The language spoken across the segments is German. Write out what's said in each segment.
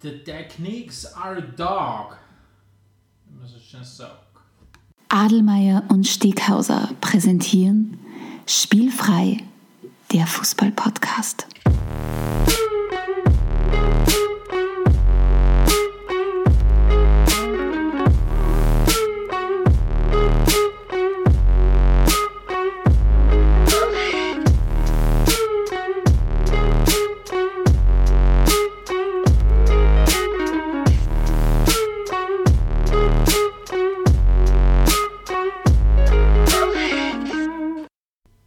The techniques are dog. Wir müssen schon sagen. Adelmeier und Steghauser präsentieren Spielfrei, der Fußball-Podcast.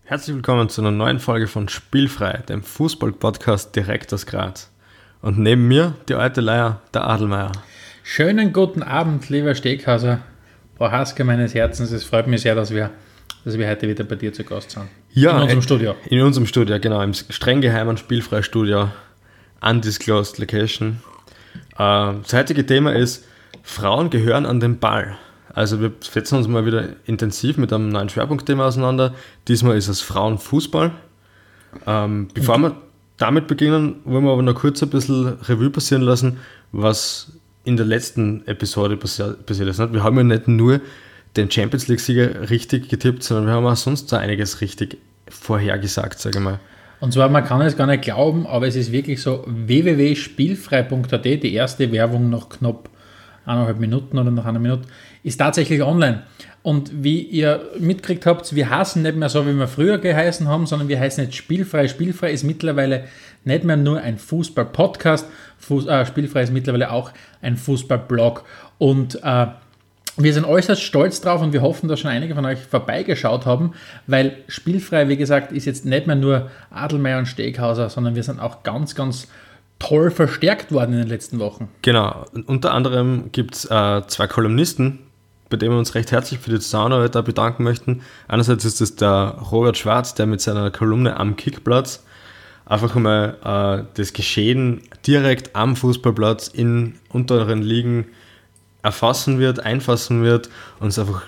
Herzlich willkommen zu einer neuen Folge von Spielfrei, dem Fußball-Podcast direkt aus Graz. Und neben mir die alte Leier, der Adelmeier. Schönen guten Abend, lieber Steghauser. Frau Haske meines Herzens, es freut mich sehr, dass wir, dass wir heute wieder bei dir zu Gast sind. Ja, In unserem äh, Studio. In unserem Studio, genau, im streng geheimen Spielfrei-Studio, undisclosed location. Äh, das heutige Thema ist, Frauen gehören an den Ball. Also wir setzen uns mal wieder intensiv mit einem neuen Schwerpunktthema auseinander. Diesmal ist es Frauenfußball. Ähm, bevor wir damit beginnen, wollen wir aber noch kurz ein bisschen Revue passieren lassen, was in der letzten Episode passi- passiert ist. nicht? Wir haben ja nicht nur den Champions League-Sieger richtig getippt, sondern wir haben auch sonst da einiges richtig vorhergesagt, sage ich mal. Und zwar, man kann es gar nicht glauben, aber es ist wirklich so www.spielfrei.at, die erste Werbung nach knapp eineinhalb Minuten oder nach einer Minute, ist tatsächlich online. Und wie ihr mitgekriegt habt, wir heißen nicht mehr so, wie wir früher geheißen haben, sondern wir heißen jetzt Spielfrei. Spielfrei ist mittlerweile nicht mehr nur ein Fußball-Podcast, Fuß, äh, Spielfrei ist mittlerweile auch ein Fußball-Blog. Und äh, wir sind äußerst stolz drauf und wir hoffen, dass schon einige von euch vorbeigeschaut haben, weil Spielfrei, wie gesagt, ist jetzt nicht mehr nur Adelmeier und Steghauser, sondern wir sind auch ganz, ganz toll verstärkt worden in den letzten Wochen. Genau, und unter anderem gibt es äh, zwei Kolumnisten, bei denen wir uns recht herzlich für die Zusammenarbeit da bedanken möchten. Einerseits ist es der Robert Schwarz, der mit seiner Kolumne am Kickplatz einfach einmal äh, das Geschehen direkt am Fußballplatz in unteren Ligen erfassen wird, einfassen wird, uns einfach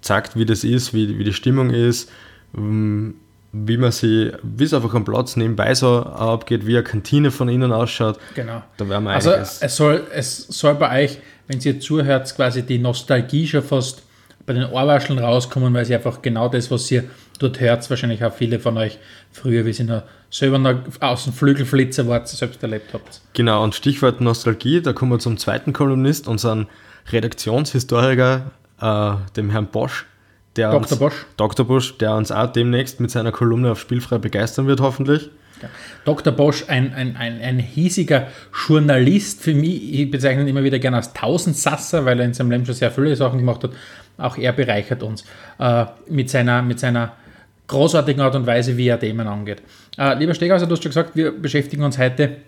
zeigt, wie das ist, wie, wie die Stimmung ist, ähm, wie man sie, wie es einfach am Platz nebenbei so abgeht, wie eine Kantine von innen ausschaut. Genau. Da werden wir Also einiges. es soll, es soll bei euch, wenn ihr zuhört, quasi die Nostalgie schon fast bei den Ohrwascheln rauskommen, weil sie einfach genau das, was ihr dort hört, wahrscheinlich auch viele von euch früher, wie sie noch selber noch außen Flügelflitzer wart, selbst erlebt habt. Genau, und Stichwort Nostalgie, da kommen wir zum zweiten Kolumnist, unseren Redaktionshistoriker, äh, dem Herrn Bosch. Der Dr. Uns, Bosch. Dr. Bosch, der uns auch demnächst mit seiner Kolumne auf Spielfrei begeistern wird, hoffentlich. Dr. Bosch, ein, ein, ein, ein hiesiger Journalist für mich, ich bezeichne ihn immer wieder gerne als Tausendsasser, weil er in seinem Leben schon sehr viele Sachen gemacht hat. Auch er bereichert uns äh, mit, seiner, mit seiner großartigen Art und Weise, wie er Themen angeht. Äh, lieber Steghauser, du hast schon gesagt, wir beschäftigen uns heute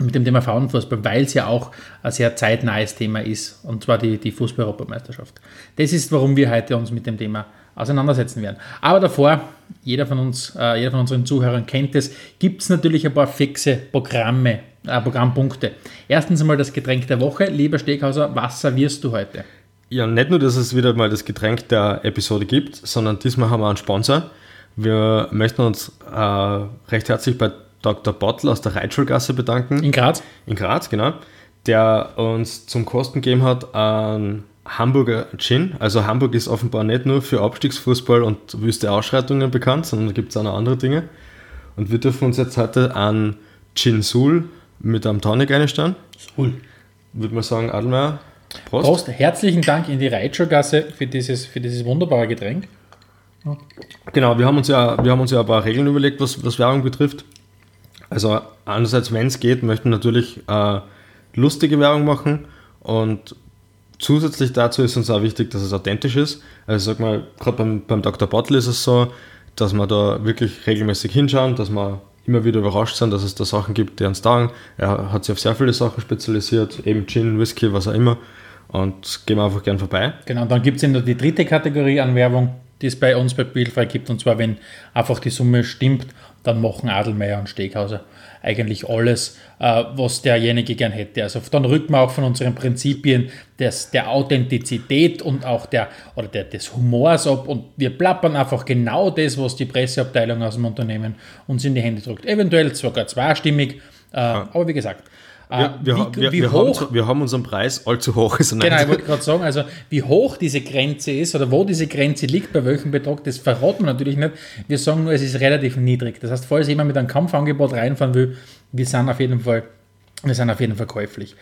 mit dem Thema Frauenfußball, weil es ja auch ein sehr zeitnahes Thema ist, und zwar die, die Fußball-Europameisterschaft. Das ist, warum wir heute uns mit dem Thema auseinandersetzen werden. Aber davor, jeder von uns, äh, jeder von unseren Zuhörern kennt es, gibt es natürlich ein paar fixe Programme, äh, Programmpunkte. Erstens einmal das Getränk der Woche. Lieber Steghauser, was servierst du heute? Ja, nicht nur, dass es wieder mal das Getränk der Episode gibt, sondern diesmal haben wir einen Sponsor. Wir möchten uns äh, recht herzlich bei Dr. Bottle aus der Reitschulgasse bedanken. In Graz? in Graz, genau, der uns zum Kosten gegeben hat an Hamburger Gin. Also Hamburg ist offenbar nicht nur für Abstiegsfußball und wüste Ausschreitungen bekannt, sondern da gibt es auch noch andere Dinge. Und wir dürfen uns jetzt heute an Gin Sul mit einem Tonic einstellen. Cool. Würde man sagen, Adelmeier, Prost. Prost, herzlichen Dank in die Reitschulgasse für dieses, für dieses wunderbare Getränk. Genau, wir haben uns ja, wir haben uns ja ein paar Regeln überlegt, was, was Werbung betrifft. Also einerseits, wenn es geht, möchten wir natürlich äh, lustige Werbung machen und zusätzlich dazu ist uns auch wichtig, dass es authentisch ist. Also sag mal, gerade beim, beim Dr. Bottle ist es so, dass wir da wirklich regelmäßig hinschauen, dass wir immer wieder überrascht sind, dass es da Sachen gibt, die uns taugen. Er hat sich auf sehr viele Sachen spezialisiert, eben Gin, Whisky, was auch immer. Und gehen wir einfach gern vorbei. Genau, und dann gibt es eben noch die dritte Kategorie an Werbung, die es bei uns bei Bildfrei gibt. Und zwar, wenn einfach die Summe stimmt, dann machen Adelmeier und Steghauser eigentlich alles, äh, was derjenige gern hätte. Also dann rücken wir auch von unseren Prinzipien des, der Authentizität und auch der, oder der, des Humors ab und wir plappern einfach genau das, was die Presseabteilung aus dem Unternehmen uns in die Hände drückt. Eventuell sogar zweistimmig, Äh, Aber wie gesagt, äh, Wir, wir, wie, wir, wie wir, haben, hoch uns- wir haben unseren Preis allzu hoch. Also nein. Genau, ich wollte gerade sagen, also wie hoch diese Grenze ist oder wo diese Grenze liegt, bei welchem Betrag, das verraten wir natürlich nicht. Wir sagen nur, es ist relativ niedrig. Das heißt, falls jemand mit einem Kampfangebot reinfahren will, wir sind auf jeden Fall, wir sind auf jeden Fall käuflich.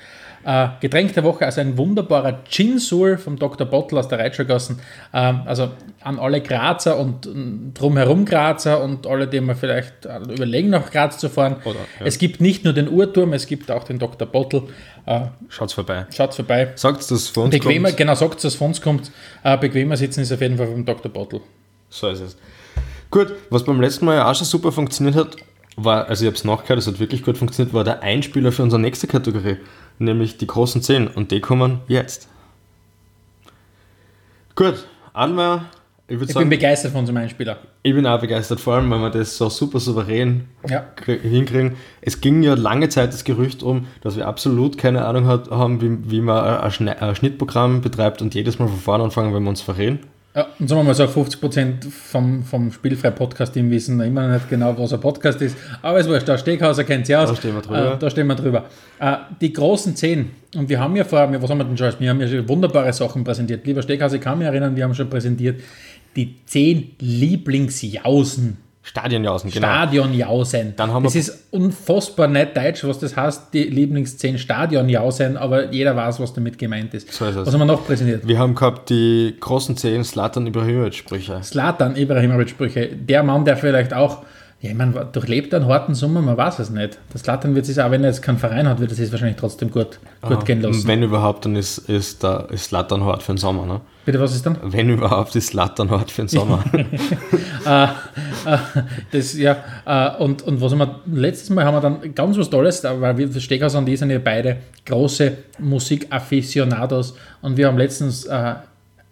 Äh, Getränk der Woche, also ein wunderbarer Gin-Soul vom Dr. Bottle aus der Reitschergassen. Äh, also an alle Grazer und mm, drumherum Grazer und alle, die mal vielleicht äh, überlegen, nach Graz zu fahren. Oder, ja. Es gibt nicht nur den Uhrturm, es gibt auch den Dr. Bottle. Äh, Schaut's vorbei. schaut vorbei. Sagt das von uns. Bequemer, kommt. genau, sagt dass es von uns kommt. Äh, bequemer sitzen ist auf jeden Fall beim Dr. Bottle. So ist es. Gut, was beim letzten Mal ja auch schon super funktioniert hat, war, also ich habe es nachgehört, es hat wirklich gut funktioniert, war der Einspieler für unsere nächste Kategorie, nämlich die großen 10 und die kommen jetzt. Gut, Anmar, ich würde Ich bin sagen, begeistert von unserem Einspieler. ich bin auch begeistert, vor allem, weil wir das so super souverän Ja. krie- hinkriegen. Es ging ja lange Zeit das Gerücht um, dass wir absolut keine Ahnung hat, haben, wie, wie man ein- ein, Schne- ein Schnittprogramm betreibt und jedes Mal von vorne anfangen, wenn wir uns verreden. Ja, und sagen wir mal so, 50% vom, vom Spielfrei-Podcast-Team wissen noch immer noch nicht genau, was ein Podcast ist. Aber es wurscht, der Steghauser kennt sie aus. Da stehen wir drüber. Äh, da stehen wir drüber. Äh, die großen 10. Und wir haben ja vor, was haben wir denn schon? Wir haben ja schon wunderbare Sachen präsentiert. Lieber Steghauser, ich kann mich erinnern, wir haben schon präsentiert die 10 Lieblingsjausen. Stadionjausen, genau. Stadionjausen. Dann haben wir- das ist unfassbar nicht deutsch, was das heißt, die Lieblingsszene Stadionjausen, aber jeder weiß, was damit gemeint ist. So ist es. Was haben wir noch präsentiert? Wir haben gehabt die großen 10 Slatan Ibrahimovic-Sprüche. Slatan Ibrahimovic-Sprüche. Der Mann, der vielleicht auch, ja, ich meine, durchlebt einen harten Sommer, man weiß es nicht. Der Slatan wird sich auch, wenn er jetzt keinen Verein hat, wird es sich wahrscheinlich trotzdem gut, gut gehen lassen. Wenn überhaupt, dann ist, ist, der, ist Slatan hart für den Sommer. Ne? Bitte, was ist dann? Wenn überhaupt, ist Slatan hart für den Sommer. Das, ja, äh, und, und was haben wir, letztes Mal haben wir dann ganz was Tolles, da- weil wir Steghausen und ich sind ja beide große Musik-Afficionados und wir haben letztens äh,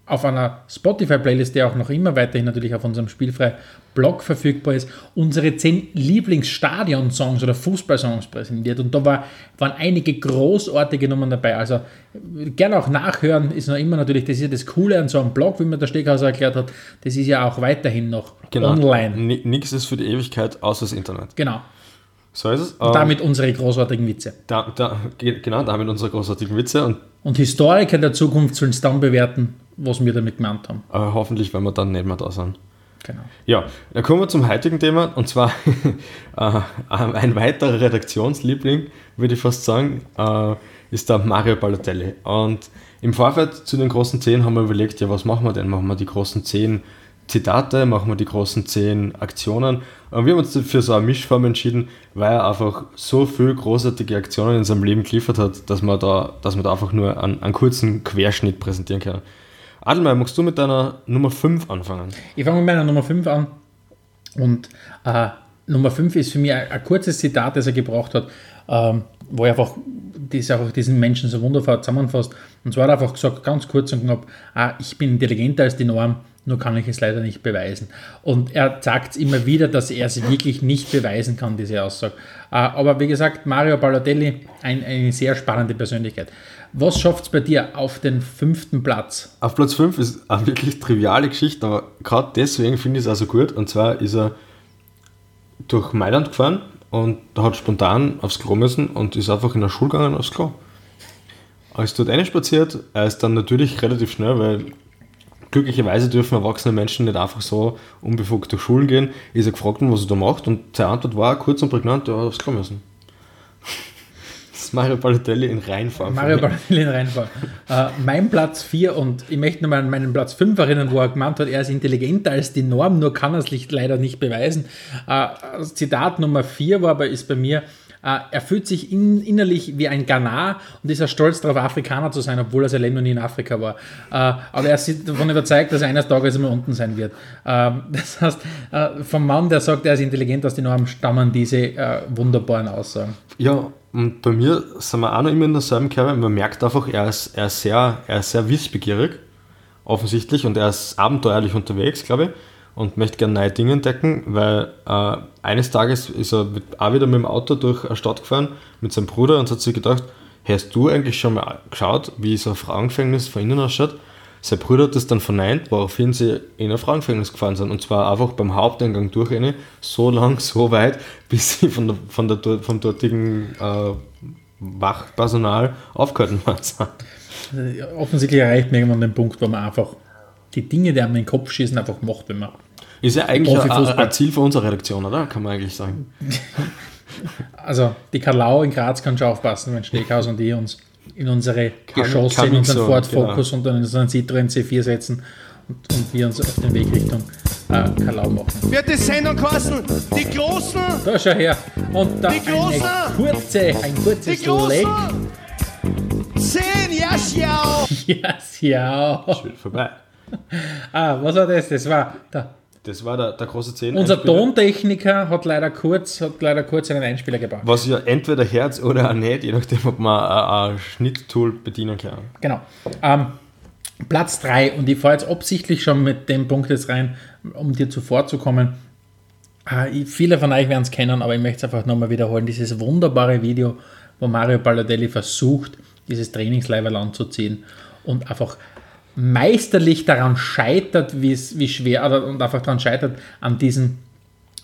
auf einer Spotify-Playlist, die auch noch immer weiterhin natürlich auf unserem Spielfrei-Blog verfügbar ist, unsere zehn Lieblingsstadion-Songs oder Fußball-Songs präsentiert und da war, waren einige großartige Nummern dabei, also äh, gerne auch nachhören, ist noch immer natürlich, das ist ja das Coole an so einem Blog, wie mir der Steghauser erklärt hat, das ist ja auch weiterhin noch Genau. Genau. online. Ni- Nix ist für die Ewigkeit außer das Internet. Genau. So ist es. Ähm, Damit unsere großartigen Witze. da, da, ge- genau, damit unsere großartigen Witze. Und Und Historiker der Zukunft sollen es dann bewerten, was wir damit gemeint haben. äh, hoffentlich werden wir dann nicht mehr da sein. Genau. Ja, dann kommen wir zum heutigen Thema. Und zwar äh, ein weiterer Redaktionsliebling, würde ich fast sagen, äh, ist der Mario Balotelli. Und im Vorfeld zu den großen Zehn haben wir überlegt, ja, was machen wir denn? Machen wir die großen Zehn Zitate, machen wir die großen Zehn Aktionen. Und wir haben uns für so eine Mischform entschieden, weil er einfach so viel großartige Aktionen in seinem Leben geliefert hat, dass man da, dass man da einfach nur einen, einen kurzen Querschnitt präsentieren kann. Adelmeier, magst du mit deiner Nummer 5 anfangen? Ich fange mit meiner Nummer 5 an. Und äh, Nummer 5 ist für mich ein, ein kurzes Zitat, das er gebraucht hat, ähm, wo er einfach, das einfach diesen Menschen so wunderbar zusammenfasst. Und zwar hat er einfach gesagt, ganz kurz und knapp, ah, ich bin intelligenter als die Norm, nur kann ich es leider nicht beweisen. Und er sagt immer wieder, dass er es wirklich nicht beweisen kann, diese Aussage. Äh, aber wie gesagt, Mario Balotelli, ein, eine sehr spannende Persönlichkeit. Was schafft es bei dir auf den fünften Platz? Auf Platz 5 ist eine wirklich triviale Geschichte, aber gerade deswegen finde ich es auch so gut. Und zwar ist er durch Mailand gefahren und hat spontan aufs Klo müssen und ist einfach in der Schule gegangen aufs Klo. Er ist dort reinspaziert, er ist dann natürlich relativ schnell, weil glücklicherweise dürfen erwachsene Menschen nicht einfach so unbefugt durch Schulen gehen, ist er gefragt worden, was er da macht und seine Antwort war kurz und prägnant, ja, aufs Klo müssen. Das ist Mario Balotelli in Reinform. Mario Balotelli reinfahren. äh, mein Platz 4 und ich möchte nochmal an meinen Platz 5 erinnern, wo er gemeint hat, er ist intelligenter als die Norm, nur kann er es nicht- leider nicht beweisen. Äh, Zitat Nummer 4 war aber, ist bei mir, äh, er fühlt sich in, innerlich wie ein Ghana und ist er stolz darauf, Afrikaner zu sein, obwohl er sein Leben noch nie in Afrika war. Äh, aber er ist davon überzeugt, dass er eines Tages immer unten sein wird. Ähm, das heißt, äh, vom Mann, der sagt, er ist intelligenter als die Norm, stammen diese äh, wunderbaren Aussagen. Ja, und bei mir sind wir auch noch immer in derselben Kerbe. Man merkt einfach, er ist, er ist, sehr, er ist sehr wissbegierig, offensichtlich, und er ist abenteuerlich unterwegs, glaube ich, und möchte gerne neue Dinge entdecken, weil äh, eines Tages ist er mit, auch wieder mit dem Auto durch eine Stadt gefahren mit seinem Bruder und hat sich gedacht, hast du eigentlich schon mal geschaut, wie so ein Frauengefängnis von innen ausschaut? Sein Bruder hat das dann verneint, woraufhin sie in ein Frauengefängnis gefahren sind. Und zwar einfach beim Haupteingang durch eine, so lang, so weit, bis sie von der, von der, vom dortigen äh, Wachpersonal aufgehört worden sind. Offensichtlich erreicht man irgendwann den Punkt, wo man einfach die Dinge, die einem in den Kopf schießen, einfach macht, wenn man. Ist ja eigentlich ein, Profifußball. ein ein Ziel für unsere Redaktion, oder? Kann man eigentlich sagen. Also die Karlau in Graz kann schon aufpassen, wenn Steghaus und ich uns in unsere Geschosse, in coming unseren soon, Ford genau. Focus und dann in unseren Citroen C4 setzen und, und wir uns auf den Weg Richtung äh, Karlau machen. Wird die Sendung kosten? Die Großen? Da schau her. Und da Die Große! eine kurze, ein Die kurzes Leck. Großen? Zehn, ja, ja. Yes, ja. Schön vorbei. Ah, was war das? Das war der, Das war der, der große 10. unser Tontechniker hat leider kurz, hat leider kurz einen Einspieler gebaut. Was ja entweder Herz oder auch nicht, je nachdem, ob man ein, ein Schnitttool bedienen kann. Genau. Ähm, Platz 3, und ich fahre jetzt absichtlich schon mit dem Punkt jetzt rein, um dir zuvorzukommen. Äh, ich- viele von euch werden es kennen, aber ich möchte es einfach nochmal wiederholen. Dieses wunderbare Video, wo Mario Ballotelli versucht, dieses Trainingslevel anzuziehen und einfach meisterlich daran scheitert, wie es- wie schwer, oder, und einfach daran scheitert, an diesem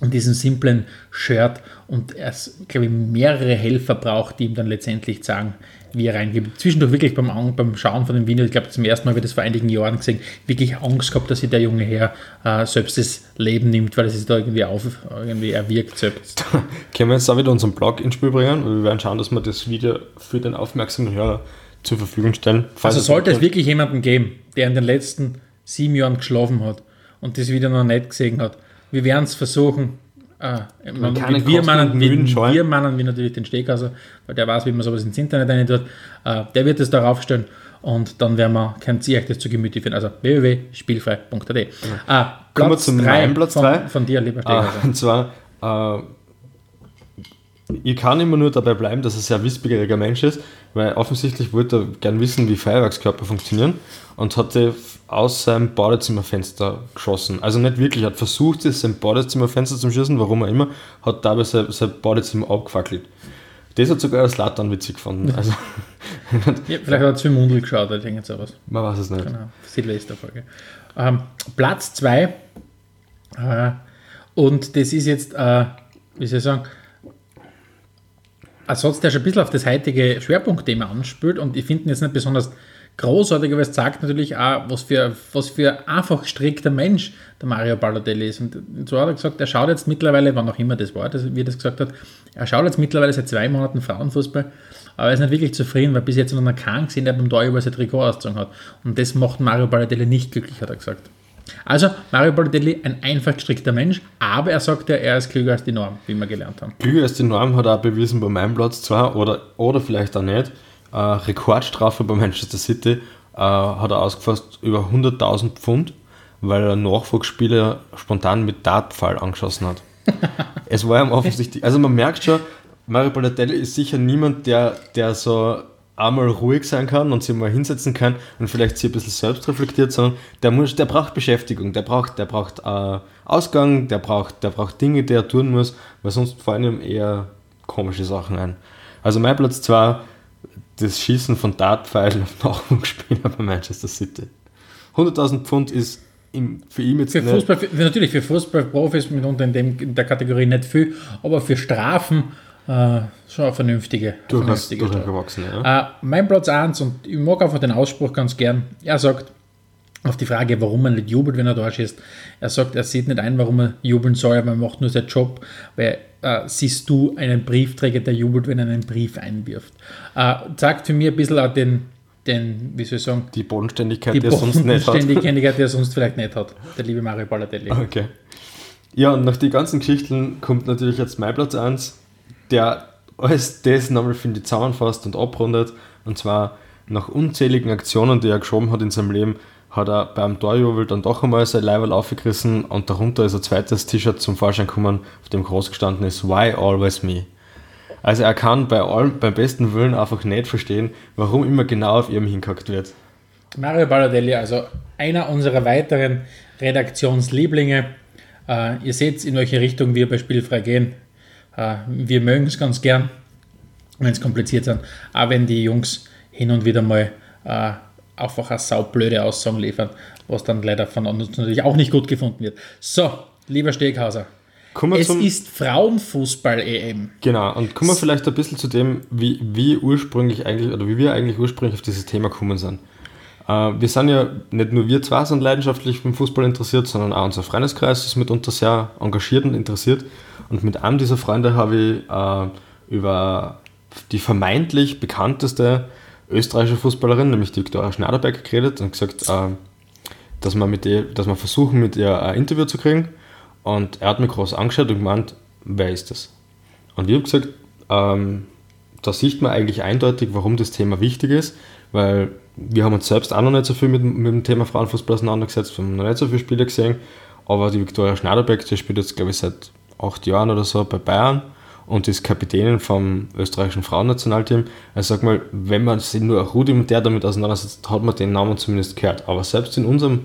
und diesem simplen Shirt und er, glaube ich, mehrere Helfer braucht, die ihm dann letztendlich sagen, wie er reingeht. Zwischendurch wirklich beim, An- beim Schauen von dem Video, ich glaube zum ersten Mal wird das vor einigen Jahren gesehen, wirklich Angst gehabt, dass sich der junge Herr äh, selbst das Leben nimmt, weil es sich da irgendwie auf, irgendwie erwirkt selbst. Können wir jetzt auch wieder unseren Blog ins Spiel bringen? Wir werden schauen, dass wir das Video für den aufmerksamen Hörer zur Verfügung stellen. Falls Also sollte es nicht- wirklich jemanden geben, der in den letzten sieben Jahren geschlafen hat und das Video noch nicht gesehen hat, wir werden es versuchen. Äh, man, kann mit den wir, Kosten und meinen, Mühen mit scheuen. wir meinen wir natürlich den Stehkaser, weil der weiß, wie man sowas ins Internet rein tut. Äh, der wird es darauf stellen und dann werden wir, könnt ihr euch das zu Gemüte führen. Also www.spielfrei.at. Äh, Genau. Kommen wir Platz zu drei meinem Platz von, drei. Von dir, lieber Ah, Stehkaser. und zwar, äh, ich kann immer nur dabei bleiben, dass er ein sehr wissbegieriger Mensch ist, weil offensichtlich wollte er gern wissen, wie Feuerwerkskörper funktionieren und hatte f- aus seinem Badezimmerfenster geschossen. Also nicht wirklich, er hat versucht, es sein Badezimmerfenster zu schießen, warum auch immer, hat dabei sein, sein Badezimmer abgefackelt. Das hat sogar das Latan witzig gefunden. Also, Ja, vielleicht hat er zu Mundel geschaut oder irgend sowas. man weiß es nicht. Genau, Silvesterfolge. Ähm, Platz 2. Äh, und das ist jetzt, äh, wie soll ich sagen, ein Satz, der schon ein bisschen auf das heutige Schwerpunktthema anspielt und ich finde ihn jetzt nicht besonders großartig, aber es zeigt natürlich auch, was für, was für einfach strikter Mensch der Mario Balotelli ist. Und so hat er gesagt, er schaut jetzt mittlerweile, wann auch immer das war, das, wie er das gesagt hat, er schaut jetzt mittlerweile seit zwei Monaten Frauenfußball, aber er ist nicht wirklich zufrieden, weil bis jetzt noch keinen gesehen, der beim Tor über sein Trikot ausgezogen hat. Und das macht Mario Balotelli nicht glücklich, hat er gesagt. Also, Mario Balotelli, ein einfach gestrickter Mensch, aber er sagt ja, er ist klüger als die Norm, wie wir gelernt haben. Klüger als die Norm hat er auch bewiesen bei meinem Platz 2 oder, oder vielleicht auch nicht. Äh, Rekordstrafe bei Manchester City äh, hat er ausgefasst über 100.000 Pfund, weil er Nachwuchsspieler spontan mit Dartpfeil angeschossen hat. es war ihm offensichtlich, also man merkt schon, Mario Balotelli ist sicher niemand, der, der so einmal ruhig sein kann und sich mal hinsetzen kann und vielleicht sich ein bisschen selbst reflektiert, sondern der, muss, der braucht Beschäftigung, der braucht, der braucht äh, Ausgang, der braucht, der braucht Dinge, die er tun muss, weil sonst fallen ihm eher komische Sachen ein. Also mein Platz 2, das Schießen von Dartpfeilen auf Nachwuchsspieler bei Manchester City. 100.000 Pfund ist im, für ihn jetzt Für nicht- Fußball, für, natürlich für Fußballprofis mitunter in, dem, in der Kategorie nicht viel, aber für Strafen äh, schon eine vernünftige. durchaus, vernünftige durchaus Strafe. gewachsen. Ja. Äh, mein Platz 1 und ich mag einfach den Ausspruch ganz gern. Er sagt auf die Frage, warum man nicht jubelt, wenn er da ist. Er sagt, er sieht nicht ein, warum er jubeln soll, aber er macht nur seinen Job, weil äh, siehst du einen Briefträger, der jubelt, wenn er einen Brief einwirft. Äh, zeigt für mich ein bisschen auch den, den wie soll ich sagen, Die Bodenständigkeit, die die er sonst nicht hat. Bodenständigkeit, die er sonst vielleicht nicht hat. Der liebe Mario Balotelli. Okay. Ja, und nach den ganzen Geschichten kommt natürlich jetzt mein Platz 1, der alles das nochmal für die zusammenfasst und abrundet. Und zwar nach unzähligen Aktionen, die er geschoben hat in seinem Leben, hat er beim Torjubel dann doch einmal sein Leiberl aufgerissen und darunter ist ein zweites T-Shirt zum Vorschein gekommen, auf dem groß gestanden ist Why Always Me? Also er kann bei allem, beim besten Willen einfach nicht verstehen, warum immer genau auf ihm hinkackt wird. Mario Ballardelli, also einer unserer weiteren Redaktionslieblinge. Äh, ihr seht, in welche Richtung wir bei Spielfrei gehen. Äh, wir mögen es ganz gern, wenn es kompliziert sind, auch wenn die Jungs hin und wieder mal äh, einfach eine saublöde Aussage liefern, was dann leider von uns natürlich auch nicht gut gefunden wird. So, lieber Steghauser, Kommen wir es zum- ist Frauenfußball-EM. Genau, und kommen wir vielleicht ein bisschen zu dem, wie, wie ursprünglich eigentlich, oder wie wir eigentlich ursprünglich auf dieses Thema gekommen sind. Äh, wir sind ja nicht nur wir zwei sind leidenschaftlich beim Fußball interessiert, sondern auch unser Freundeskreis ist mitunter sehr engagiert und interessiert. Und mit einem dieser Freunde habe ich äh, über die vermeintlich bekannteste österreichische Fußballerin, nämlich die Viktoria Schneiderberg, geredet und gesagt, äh, dass wir, mit ihr, dass wir versuchen, mit ihr ein Interview zu kriegen. Und er hat mich groß angeschaut und gemeint, wer ist das? Und wir haben gesagt, ähm, da sieht man eigentlich eindeutig, warum das Thema wichtig ist, weil wir haben uns selbst auch noch nicht so viel mit, mit dem Thema Frauenfußball auseinandergesetzt, wir haben noch nicht so viele Spiele gesehen, aber die Viktoria Schneiderbeck, die spielt jetzt, glaube ich, seit acht Jahren oder so bei Bayern und ist Kapitänin vom österreichischen Frauennationalteam. Also sag mal, wenn man sich nur rudimentär damit auseinandersetzt, hat man den Namen zumindest gehört. Aber selbst in unserem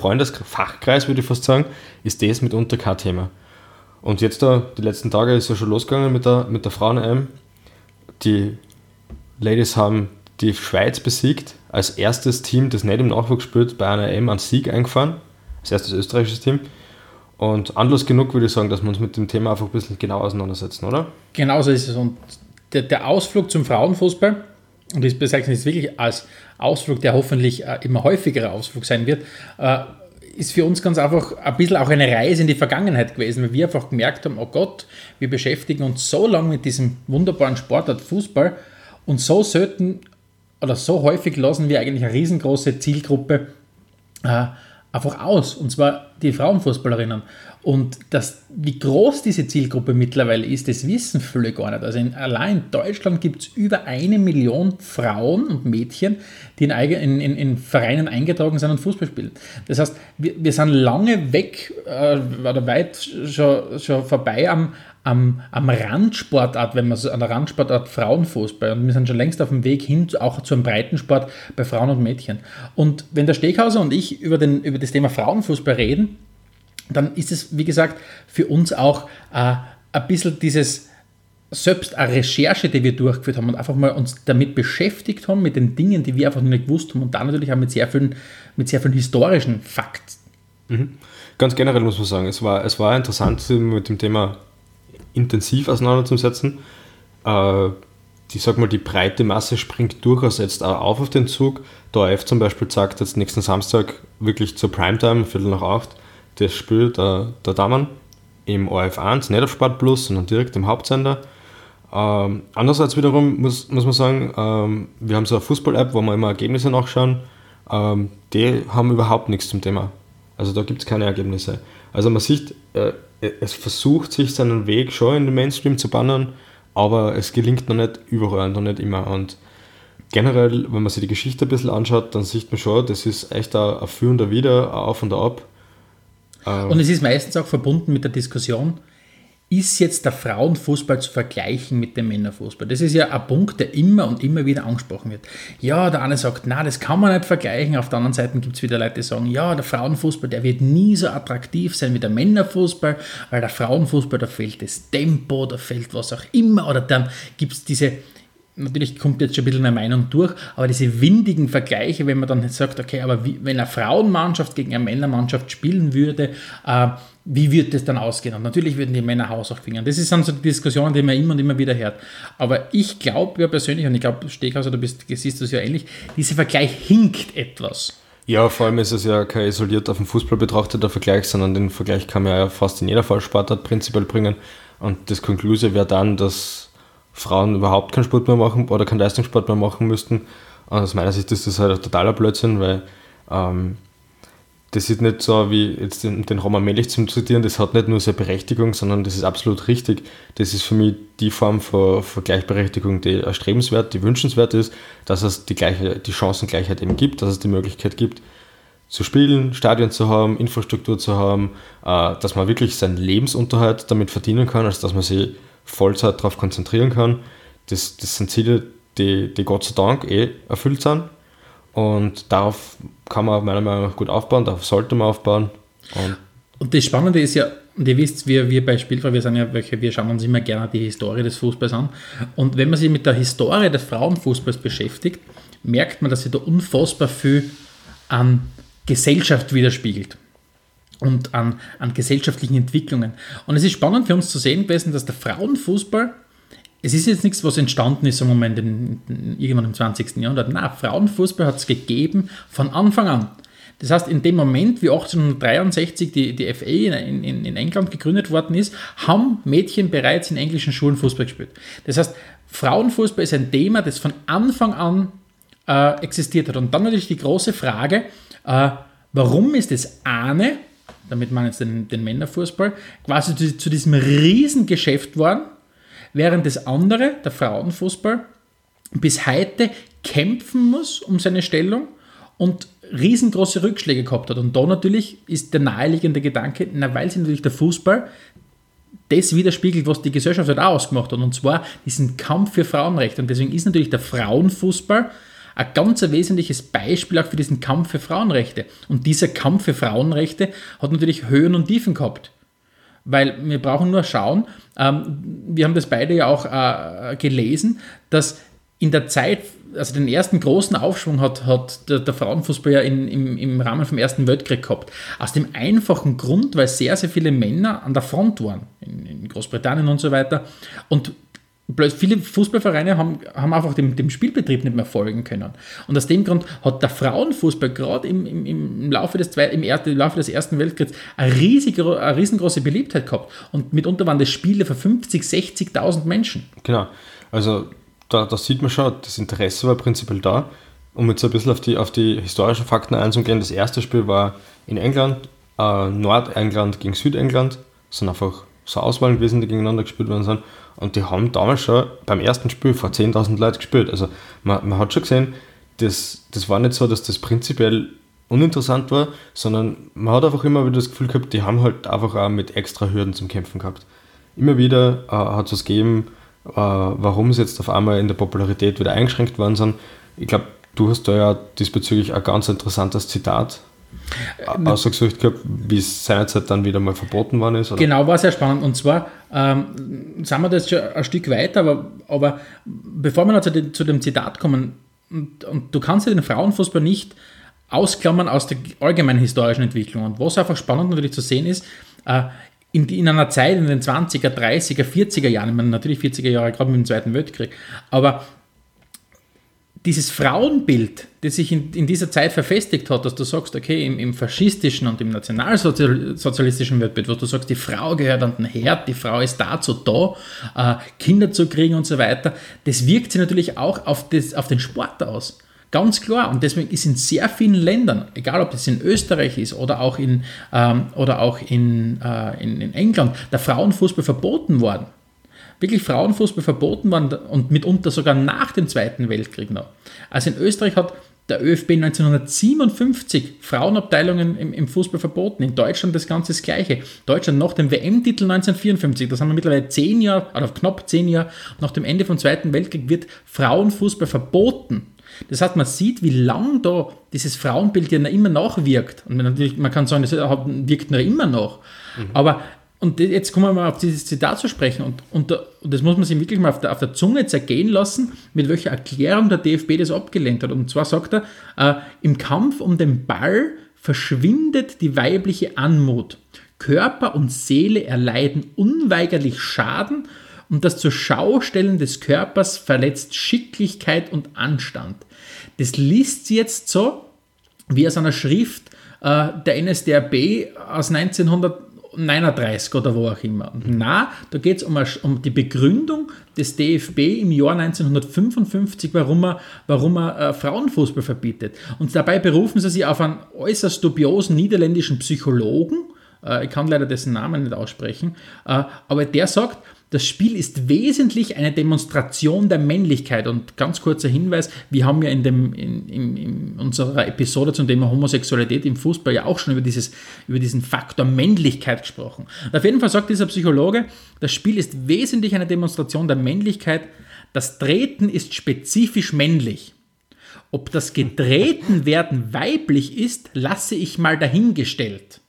Fußballfreundes-Fachkreis, würde ich fast sagen, ist das mitunter kein Thema. Und jetzt da, die letzten Tage ist ja schon losgegangen mit der, mit der Frauen-EM. Die Ladies haben die Schweiz besiegt, als erstes Team, das nicht im Nachwuchs spielt, bei einer EM einen Sieg eingefahren. Als erstes österreichisches Team. Und anlass genug würde ich sagen, dass wir uns mit dem Thema einfach ein bisschen genau auseinandersetzen, oder? Genauso ist es. Und der, der Ausflug zum Frauenfußball, und ich bezeichne es wirklich als Ausflug, der hoffentlich äh, immer häufigerer Ausflug sein wird, äh, ist für uns ganz einfach ein bisschen auch eine Reise in die Vergangenheit gewesen, weil wir einfach gemerkt haben, oh Gott, wir beschäftigen uns so lange mit diesem wunderbaren Sportart Fußball und so selten oder so häufig lassen wir eigentlich eine riesengroße Zielgruppe äh, einfach aus, und zwar die Frauenfußballerinnen. Und das, wie groß diese Zielgruppe mittlerweile ist, das wissen viele gar nicht. Also in, allein in Deutschland gibt es über eine Million Frauen und Mädchen, die in, eigen- in, in, in Vereinen eingetragen sind und Fußball spielen. Das heißt, wir, wir sind lange weg äh, oder weit schon, schon vorbei am, am, am Randsportart, wenn man so an der Randsportart Frauenfußball und wir sind schon längst auf dem Weg hin, zu- auch zum Breitensport bei Frauen und Mädchen. Und wenn der Steghauser und ich über, den, über das Thema Frauenfußball reden, dann ist es, wie gesagt, für uns auch äh, ein bisschen dieses selbst eine Recherche, die wir durchgeführt haben und einfach mal uns damit beschäftigt haben, mit den Dingen, die wir einfach noch nicht gewusst haben und dann natürlich auch mit sehr vielen, mit sehr vielen historischen Fakten. Ganz generell muss man sagen, es war, es war interessant, sich mit dem Thema intensiv auseinanderzusetzen. Äh, ich sag mal, die breite Masse springt durchaus jetzt auch auf auf den Zug. Der ORF zum Beispiel sagt jetzt nächsten Samstag wirklich zur Primetime, Viertel nach acht, das Spiel der, der Damen im ORF 1, nicht auf Sport Plus, sondern direkt im Hauptsender. Ähm, andererseits wiederum muss, muss man sagen, ähm, wir haben so eine Fußball-App, wo wir immer Ergebnisse nachschauen. Ähm, die haben überhaupt nichts zum Thema. Also da gibt es keine Ergebnisse. Also man sieht, äh, es versucht sich seinen Weg schon in den Mainstream zu bannen, aber es gelingt noch nicht überall, und noch nicht immer. Und generell, wenn man sich die Geschichte ein bisschen anschaut, dann sieht man schon, das ist echt ein, ein Für und ein Wider, ein Auf und ein Ab. Und es ist meistens auch verbunden mit der Diskussion, ist jetzt der Frauenfußball zu vergleichen mit dem Männerfußball? Das ist ja ein Punkt, der immer und immer wieder angesprochen wird. Ja, der eine sagt, na, das kann man nicht vergleichen. Auf der anderen Seite gibt es wieder Leute, die sagen, ja, der Frauenfußball, der wird nie so attraktiv sein wie der Männerfußball, weil der Frauenfußball, da fehlt das Tempo, da fehlt was auch immer. Oder dann gibt es diese, natürlich kommt jetzt schon ein bisschen eine Meinung durch, aber diese windigen Vergleiche, wenn man dann jetzt sagt, okay, aber wie, wenn eine Frauenmannschaft gegen eine Männermannschaft spielen würde, äh, wie würde das dann ausgehen? Und natürlich würden die Männer Hausauf fingern. Das ist dann so die Diskussion, die man immer und immer wieder hört. Aber ich glaube ja persönlich, und ich glaube, Steghauser, du bist, siehst das ja ähnlich, dieser Vergleich hinkt etwas. Ja, vor allem ist es ja kein isoliert auf den Fußball betrachteter Vergleich, sondern den Vergleich kann man ja fast in jeder Fallsportart prinzipiell bringen. Und das Konklusive wäre dann, dass Frauen überhaupt keinen Sport mehr machen oder keinen Leistungssport mehr machen müssten. Und aus meiner Sicht ist das halt ein totaler Blödsinn, weil ähm, das ist nicht so wie jetzt den, den Roman Melich zum Zitieren, das hat nicht nur seine Berechtigung, sondern das ist absolut richtig. Das ist für mich die Form von, von Gleichberechtigung, die erstrebenswert, die wünschenswert ist, dass es die, gleiche, die Chancengleichheit eben gibt, dass es die Möglichkeit gibt, zu spielen, Stadion zu haben, Infrastruktur zu haben, äh, dass man wirklich seinen Lebensunterhalt damit verdienen kann, also dass man sich Vollzeit darauf konzentrieren kann. Das, das sind Ziele, die, die Gott sei Dank eh erfüllt sind. Und darauf kann man meiner Meinung nach gut aufbauen, darauf sollte man aufbauen. Und Und das Spannende ist ja, Und ihr wisst, wir, wir bei Spielfrei, wir sind ja welche, wir schauen uns immer gerne die Historie des Fußballs an. Und wenn man sich mit der Historie des Frauenfußballs beschäftigt, merkt man, dass sie da unfassbar viel an Gesellschaft widerspiegelt und an, an gesellschaftlichen Entwicklungen. Und es ist spannend für uns zu sehen gewesen, dass der Frauenfußball, es ist jetzt nichts, was entstanden ist im Moment, in, in, irgendwann im 20. Jahrhundert. Na, Frauenfußball hat es gegeben von Anfang an. Das heißt, in dem Moment, wie 1863 die, die FA in, in, in England gegründet worden ist, haben Mädchen bereits in englischen Schulen Fußball gespielt. Das heißt, Frauenfußball ist ein Thema, das von Anfang an äh, existiert hat. Und dann natürlich die große Frage, äh, warum ist es Ahne, damit man jetzt den, den Männerfußball, quasi zu, zu diesem Riesengeschäft worden, während das andere, der Frauenfußball, bis heute kämpfen muss um seine Stellung und riesengroße Rückschläge gehabt hat. Und da natürlich ist der naheliegende Gedanke, na, weil sie natürlich der Fußball das widerspiegelt, was die Gesellschaft halt auch ausgemacht hat, und zwar diesen Kampf für Frauenrechte. Und deswegen ist natürlich der Frauenfußball ein ganz wesentliches Beispiel auch für diesen Kampf für Frauenrechte. Und dieser Kampf für Frauenrechte hat natürlich Höhen und Tiefen gehabt. Weil wir brauchen nur schauen, ähm, wir haben das beide ja auch äh, gelesen, dass in der Zeit, also den ersten großen Aufschwung hat, hat der, der Frauenfußball ja in, im, im Rahmen vom Ersten Weltkrieg gehabt. Aus dem einfachen Grund, weil sehr, sehr viele Männer an der Front waren, in, in Großbritannien und so weiter. Und Viele Fußballvereine haben, haben einfach dem, dem, Spielbetrieb nicht mehr folgen können. Und aus dem Grund hat der Frauenfußball gerade im, im, im, Laufe des Zwei, im, im, Laufe des Ersten Weltkriegs eine, riesige, eine riesengroße Beliebtheit gehabt. Und mitunter waren das Spiele für 50.000, 60 60.000 Menschen. Genau. Also da, da, sieht man schon, das Interesse war prinzipiell da. Um jetzt ein bisschen auf die, auf die historischen Fakten einzugehen, das erste Spiel war in England, äh, Nordengland gegen Südengland. Das sind einfach so Auswahlen gewesen, die gegeneinander gespielt worden sind. Und die haben damals schon beim ersten Spiel vor 10.000 Leuten gespielt. Also man, man hat schon gesehen, das, das war nicht so, dass das prinzipiell uninteressant war, sondern man hat einfach immer wieder das Gefühl gehabt, die haben halt einfach auch mit extra Hürden zum Kämpfen gehabt. Immer wieder äh, hat es was gegeben, äh, warum sie jetzt auf einmal in der Popularität wieder eingeschränkt worden sind. Ich glaube, du hast da ja diesbezüglich ein ganz interessantes Zitat äh, ausgesucht gehabt, wie es seinerzeit dann wieder mal verboten worden ist? Oder? Genau, war sehr spannend. Und zwar ähm, sind wir das schon ein Stück weiter, aber, aber bevor wir noch zu, den, zu dem Zitat kommen, und, und du kannst ja den Frauenfußball nicht ausklammern aus der allgemeinen historischen Entwicklung. Und was einfach spannend natürlich zu sehen ist, äh, in, in einer Zeit in den 20er, 30er, 40er Jahren, ich meine natürlich 40er Jahre, gerade mit dem Zweiten Weltkrieg, aber dieses Frauenbild, das sich in, in, dieser Zeit verfestigt hat, dass du sagst, okay, im, im faschistischen und im nationalsozialistischen Weltbild, wo du sagst, die Frau gehört an den Herd, die Frau ist dazu da, äh, Kinder zu kriegen und so weiter, das wirkt sich natürlich auch auf, das, auf den Sport aus. Ganz klar. Und deswegen ist in sehr vielen Ländern, egal ob das in Österreich ist oder auch in, ähm, oder auch in, äh, in, in England, der Frauenfußball verboten worden wirklich Frauenfußball verboten waren und mitunter sogar nach dem Zweiten Weltkrieg noch. Also in Österreich hat der ÖFB 1957 Frauenabteilungen im, im Fußball verboten. In Deutschland das Ganze das Gleiche. Deutschland nach dem WM-Titel 1954, das haben wir mittlerweile zehn Jahre, oder knapp zehn Jahre nach dem Ende vom Zweiten Weltkrieg, wird Frauenfußball verboten. Das heißt, man sieht, wie lang da dieses Frauenbild ja immer nachwirkt. Und man natürlich, man kann sagen, das wirkt noch immer noch. Mhm. Aber und jetzt kommen wir mal auf dieses Zitat zu sprechen und, und, und das muss man sich wirklich mal auf der, auf der, Zunge zergehen lassen, mit welcher Erklärung der DFB das abgelehnt hat. Und zwar sagt er, äh, im Kampf um den Ball verschwindet die weibliche Anmut. Körper und Seele erleiden unweigerlich Schaden und das zur Schaustellen des Körpers verletzt Schicklichkeit und Anstand. Das liest sie jetzt so, wie aus einer Schrift äh, der NSDAP aus 1900 39 oder wo auch immer. Mhm. Na, da geht es um, um, die Begründung des DFB im Jahr 1955, warum er, warum er äh, Frauenfußball verbietet. Und dabei berufen sie sich auf einen äußerst dubiosen niederländischen Psychologen, äh, ich kann leider dessen Namen nicht aussprechen, äh, aber der sagt, das Spiel ist wesentlich eine Demonstration der Männlichkeit. Und ganz kurzer Hinweis: Wir haben ja in, dem, in, in, in unserer Episode zum Thema Homosexualität im Fußball ja auch schon über, dieses, über diesen Faktor Männlichkeit gesprochen. Und auf jeden Fall sagt dieser Psychologe: Das Spiel ist wesentlich eine Demonstration der Männlichkeit. Das Treten ist spezifisch männlich. Ob das Getreten werden weiblich ist, lasse ich mal dahingestellt.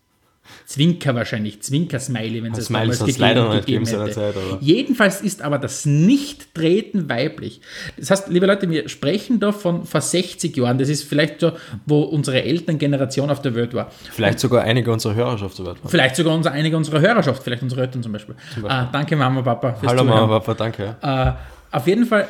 Zwinker wahrscheinlich, Zwinker-Smiley, wenn es es Smileys damals hat's gegeben, leider noch nicht gegeben gegeben hätte. seinerzeit, aber- Jedenfalls ist aber das Nicht-Treten weiblich. Das heißt, liebe Leute, wir sprechen da von vor 60 Jahren. Das ist vielleicht so, wo unsere Elterngeneration auf der Welt war. Vielleicht sogar einige unserer Hörerschaft so weit waren. Vielleicht sogar unser, einige unserer Hörerschaft, vielleicht unsere Eltern zum Beispiel. Ah, danke Mama, Papa fürs Hallo Zuhören. Mama, Papa, danke. Äh, auf jeden Fall,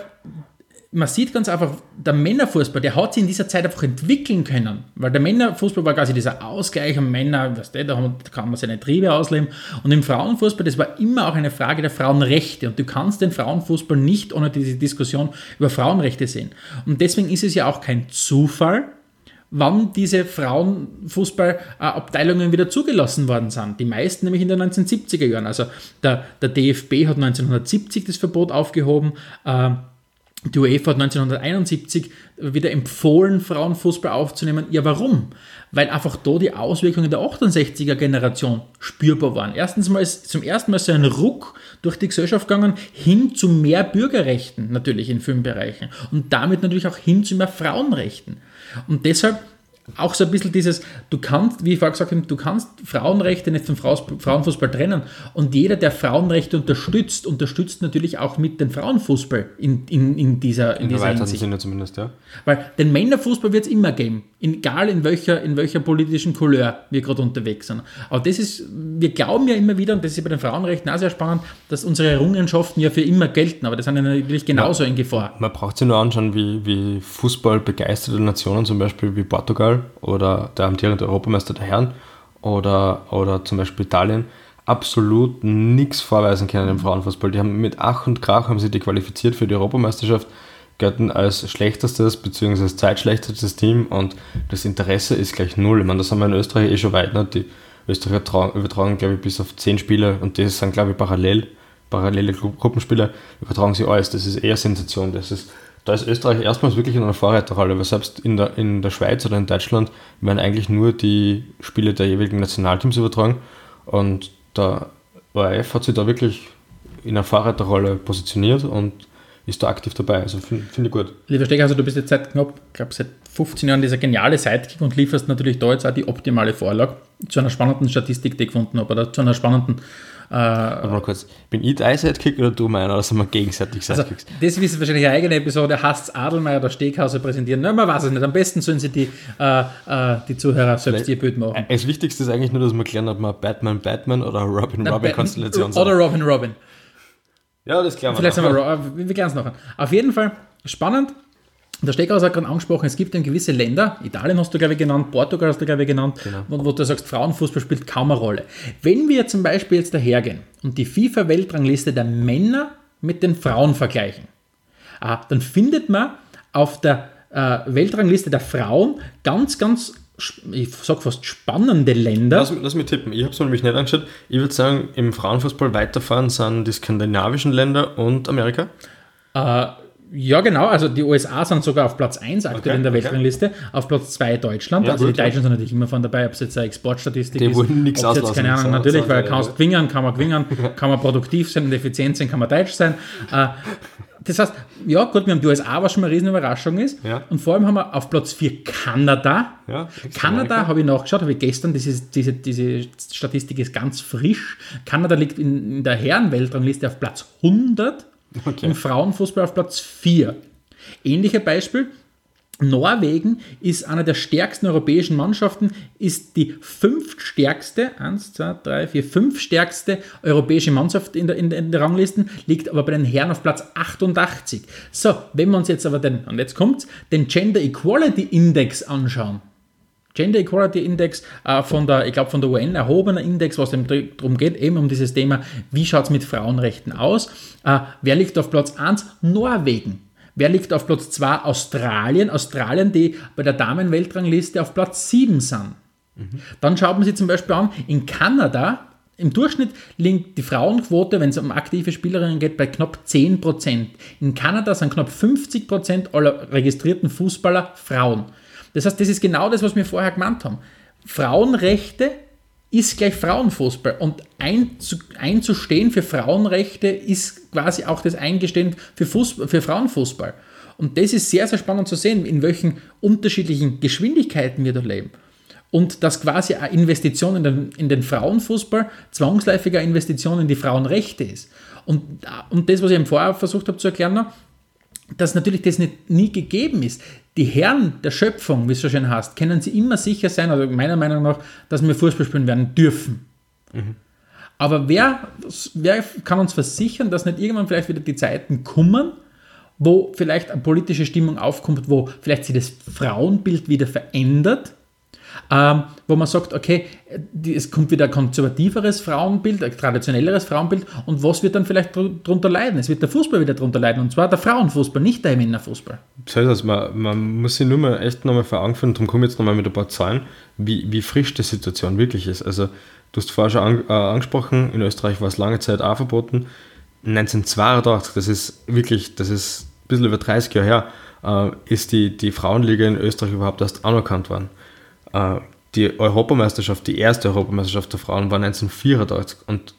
man sieht ganz einfach, der Männerfußball, der hat sich in dieser Zeit einfach entwickeln können. Weil der Männerfußball war quasi dieser Ausgleich am Männer, weißt du, da haben- da kann man seine Triebe ausleben. Und im Frauenfußball, das war immer auch eine Frage der Frauenrechte. Und du kannst den Frauenfußball nicht ohne diese Diskussion über Frauenrechte sehen. Und deswegen ist es ja auch kein Zufall, wann diese Frauenfußballabteilungen wieder zugelassen worden sind. Die meisten nämlich in den 1970er Jahren. Also der, der DFB hat 1970 das Verbot aufgehoben. Äh, die UEFA hat 1971 wieder empfohlen, Frauenfußball aufzunehmen. Ja, warum? Weil einfach da die Auswirkungen der 68er Generation spürbar waren. Erstens mal ist zum ersten Mal so ein Ruck durch die Gesellschaft gegangen, hin zu mehr Bürgerrechten natürlich in vielen Bereichen und damit natürlich auch hin zu mehr Frauenrechten. Und deshalb auch so ein bisschen dieses, du kannst, wie ich vorher gesagt habe, du kannst Frauenrechte nicht vom Fraus- Frauenfußball trennen. Und jeder, der Frauenrechte unterstützt, unterstützt natürlich auch mit dem Frauenfußball in, in, in dieser, in Im dieser weiteren Hinsicht. Sinne zumindest, ja. Weil den Männerfußball wird es immer geben, egal in welcher, in welcher politischen Couleur wir gerade unterwegs sind. Aber das ist, wir glauben ja immer wieder, und das ist bei den Frauenrechten auch sehr spannend, dass unsere Errungenschaften ja für immer gelten, aber das sind ja natürlich genauso in Gefahr. Man braucht sich nur anschauen, wie, wie fußballbegeisterte Nationen, zum Beispiel wie Portugal oder der amtierende Europameister der Herren oder, oder zum Beispiel Italien, absolut nichts vorweisen können im Frauenfußball. Die haben mit Ach und Krach haben sie die qualifiziert für die Europameisterschaft, gelten als schlechtestes bzw. zweitschlechtestes Team und das Interesse ist gleich null. Ich meine, das haben wir in Österreich eh schon weit. Ne? Die Österreicher trau- übertragen, glaube ich, bis auf zehn Spiele und das sind, glaube ich, parallel parallele Gru- Gruppenspiele übertragen sie alles. Das ist eher Sensation. Das ist, da ist Österreich erstmals wirklich in einer Vorreiterrolle, weil selbst in der, in der Schweiz oder in Deutschland werden eigentlich nur die Spiele der jeweiligen Nationalteams übertragen und der ORF hat sich da wirklich in einer Vorreiterrolle positioniert und ist da aktiv dabei. Also fin- finde ich gut. Lieber Steghauser, also du bist jetzt seit knapp, ich glaube seit 15 Jahren dieser geniale Sidekick und lieferst natürlich da jetzt auch die optimale Vorlage zu einer spannenden Statistik, die ich gefunden habe, oder zu einer spannenden äh, Warte mal kurz. Bin ich dein Sidekick oder du meiner? Oder sind wir gegenseitig Also, Sidekicks? das ist wahrscheinlich eine eigene Episode. Hasst Adelmeier oder Steghauser präsentieren. Nein, man weiß es nicht. Am besten sollen sie die, äh, äh, die Zuhörer selbst ihr Bild machen. das Wichtigste ist eigentlich nur, dass wir klären, ob wir Batman Batman oder Robin Robin Konstellation Oder Robin Robin. Ja, das klären wir. Vielleicht noch. sind wir, Ro- äh, wir klären es noch an. Auf jeden Fall spannend. Der Steckhaus hat gerade angesprochen, es gibt eben gewisse Länder, Italien hast du glaube ich genannt, Portugal hast du glaube ich genannt, wo, wo du sagst, Frauenfußball spielt kaum eine Rolle. Wenn wir zum Beispiel jetzt dahergehen und die FIFA-Weltrangliste der Männer mit den Frauen vergleichen, Ah, dann findet man auf der äh, Weltrangliste der Frauen ganz, ganz, sp- ich sag fast spannende Länder. Lass, mich- lass mich tippen. Ich habe es mir nämlich nicht angeschaut. Ich würde sagen, im Frauenfußball weiterfahren sind die skandinavischen Länder und Amerika. Ja, genau. Also die USA sind sogar auf Platz 1 aktuell Okay, in der okay. Weltrangliste, auf Platz 2 Deutschland. Ja, also gut, die ja. Deutschen sind natürlich immer von dabei, ob es jetzt eine Exportstatistik Die ist. wollen nichts ob's jetzt, auslassen, Keine Ahnung, sagen- natürlich, sagen weil die, kannst ja. gewinnen, kann man gewinnen, kann man produktiv sein und effizient sein, kann man deutsch sein. Äh, Das heißt, ja gut, wir haben die USA, was schon mal eine Riesenüberraschung ist. Ja. Und vor allem haben wir auf Platz 4 Kanada. Ja, Kanada habe ich nachgeschaut, habe ich gestern, das ist, diese, diese Statistik ist ganz frisch. Kanada liegt in, in der Herrenweltrangliste auf Platz 100, im Frauenfußball auf Platz 4. Ähnliches Beispiel, Norwegen ist einer der stärksten europäischen Mannschaften, ist die fünftstärkste, 1, 2, 3, 4, fünftstärkste europäische Mannschaft in der, in, der- in der Ranglisten, liegt aber bei den Herren auf Platz 88. So, wenn wir uns jetzt aber den, und jetzt kommt's, den Gender Equality Index anschauen. Gender Equality Index äh, von der, ich glaube von der UN erhobener Index, was darum geht, eben um dieses Thema, wie schaut es mit Frauenrechten aus? Äh, wer liegt auf Platz 1? Norwegen. Wer liegt auf Platz 2? Australien. Australien, die bei der Damenweltrangliste auf Platz 7 sind. Dann schaut man sich zum Beispiel an, in Kanada, im Durchschnitt liegt die Frauenquote, wenn es um aktive Spielerinnen geht, bei knapp 10%. In Kanada sind knapp 50% aller registrierten Fußballer Frauen. Das heißt, das ist genau das, was wir vorher gemeint haben. Frauenrechte ist gleich Frauenfußball. Und einzu, einzustehen für Frauenrechte ist quasi auch das Eingestehen für, Fußball, für Frauenfußball. Und das ist sehr, sehr spannend zu sehen, in welchen unterschiedlichen Geschwindigkeiten wir da leben. Und dass quasi eine Investition in den, in den Frauenfußball zwangsläufiger Investition in die Frauenrechte ist. Und, und das, was ich im Vorher versucht habe zu erklären, noch, dass natürlich das nicht, nie gegeben ist. Die Herren der Schöpfung, wie es so schön heißt, können sie immer sicher sein, also meiner Meinung nach, dass wir Fußball spielen werden dürfen. Mhm. Aber wer, wer kann uns versichern, dass nicht irgendwann vielleicht wieder die Zeiten kommen, wo vielleicht eine politische Stimmung aufkommt, wo vielleicht sich das Frauenbild wieder verändert, ähm, wo man sagt, okay, es kommt wieder ein konservativeres Frauenbild, ein traditionelleres Frauenbild und was wird dann vielleicht darunter leiden? Es wird der Fußball wieder darunter leiden und zwar der Frauenfußball, nicht der Männerfußball. Das heißt, also, man, man muss sich nur mal echt nochmal vor Augen führen, darum komme ich jetzt nochmal mit ein paar Zahlen, wie, wie frisch die Situation wirklich ist. Also du hast vorher schon an, äh, angesprochen, in Österreich war es lange Zeit auch verboten, 1982, das ist wirklich, das ist ein bisschen über 30 Jahre her, äh, ist die, die Frauenliga in Österreich überhaupt erst anerkannt worden. Äh, die Europameisterschaft, die erste Europameisterschaft der Frauen war 1984 und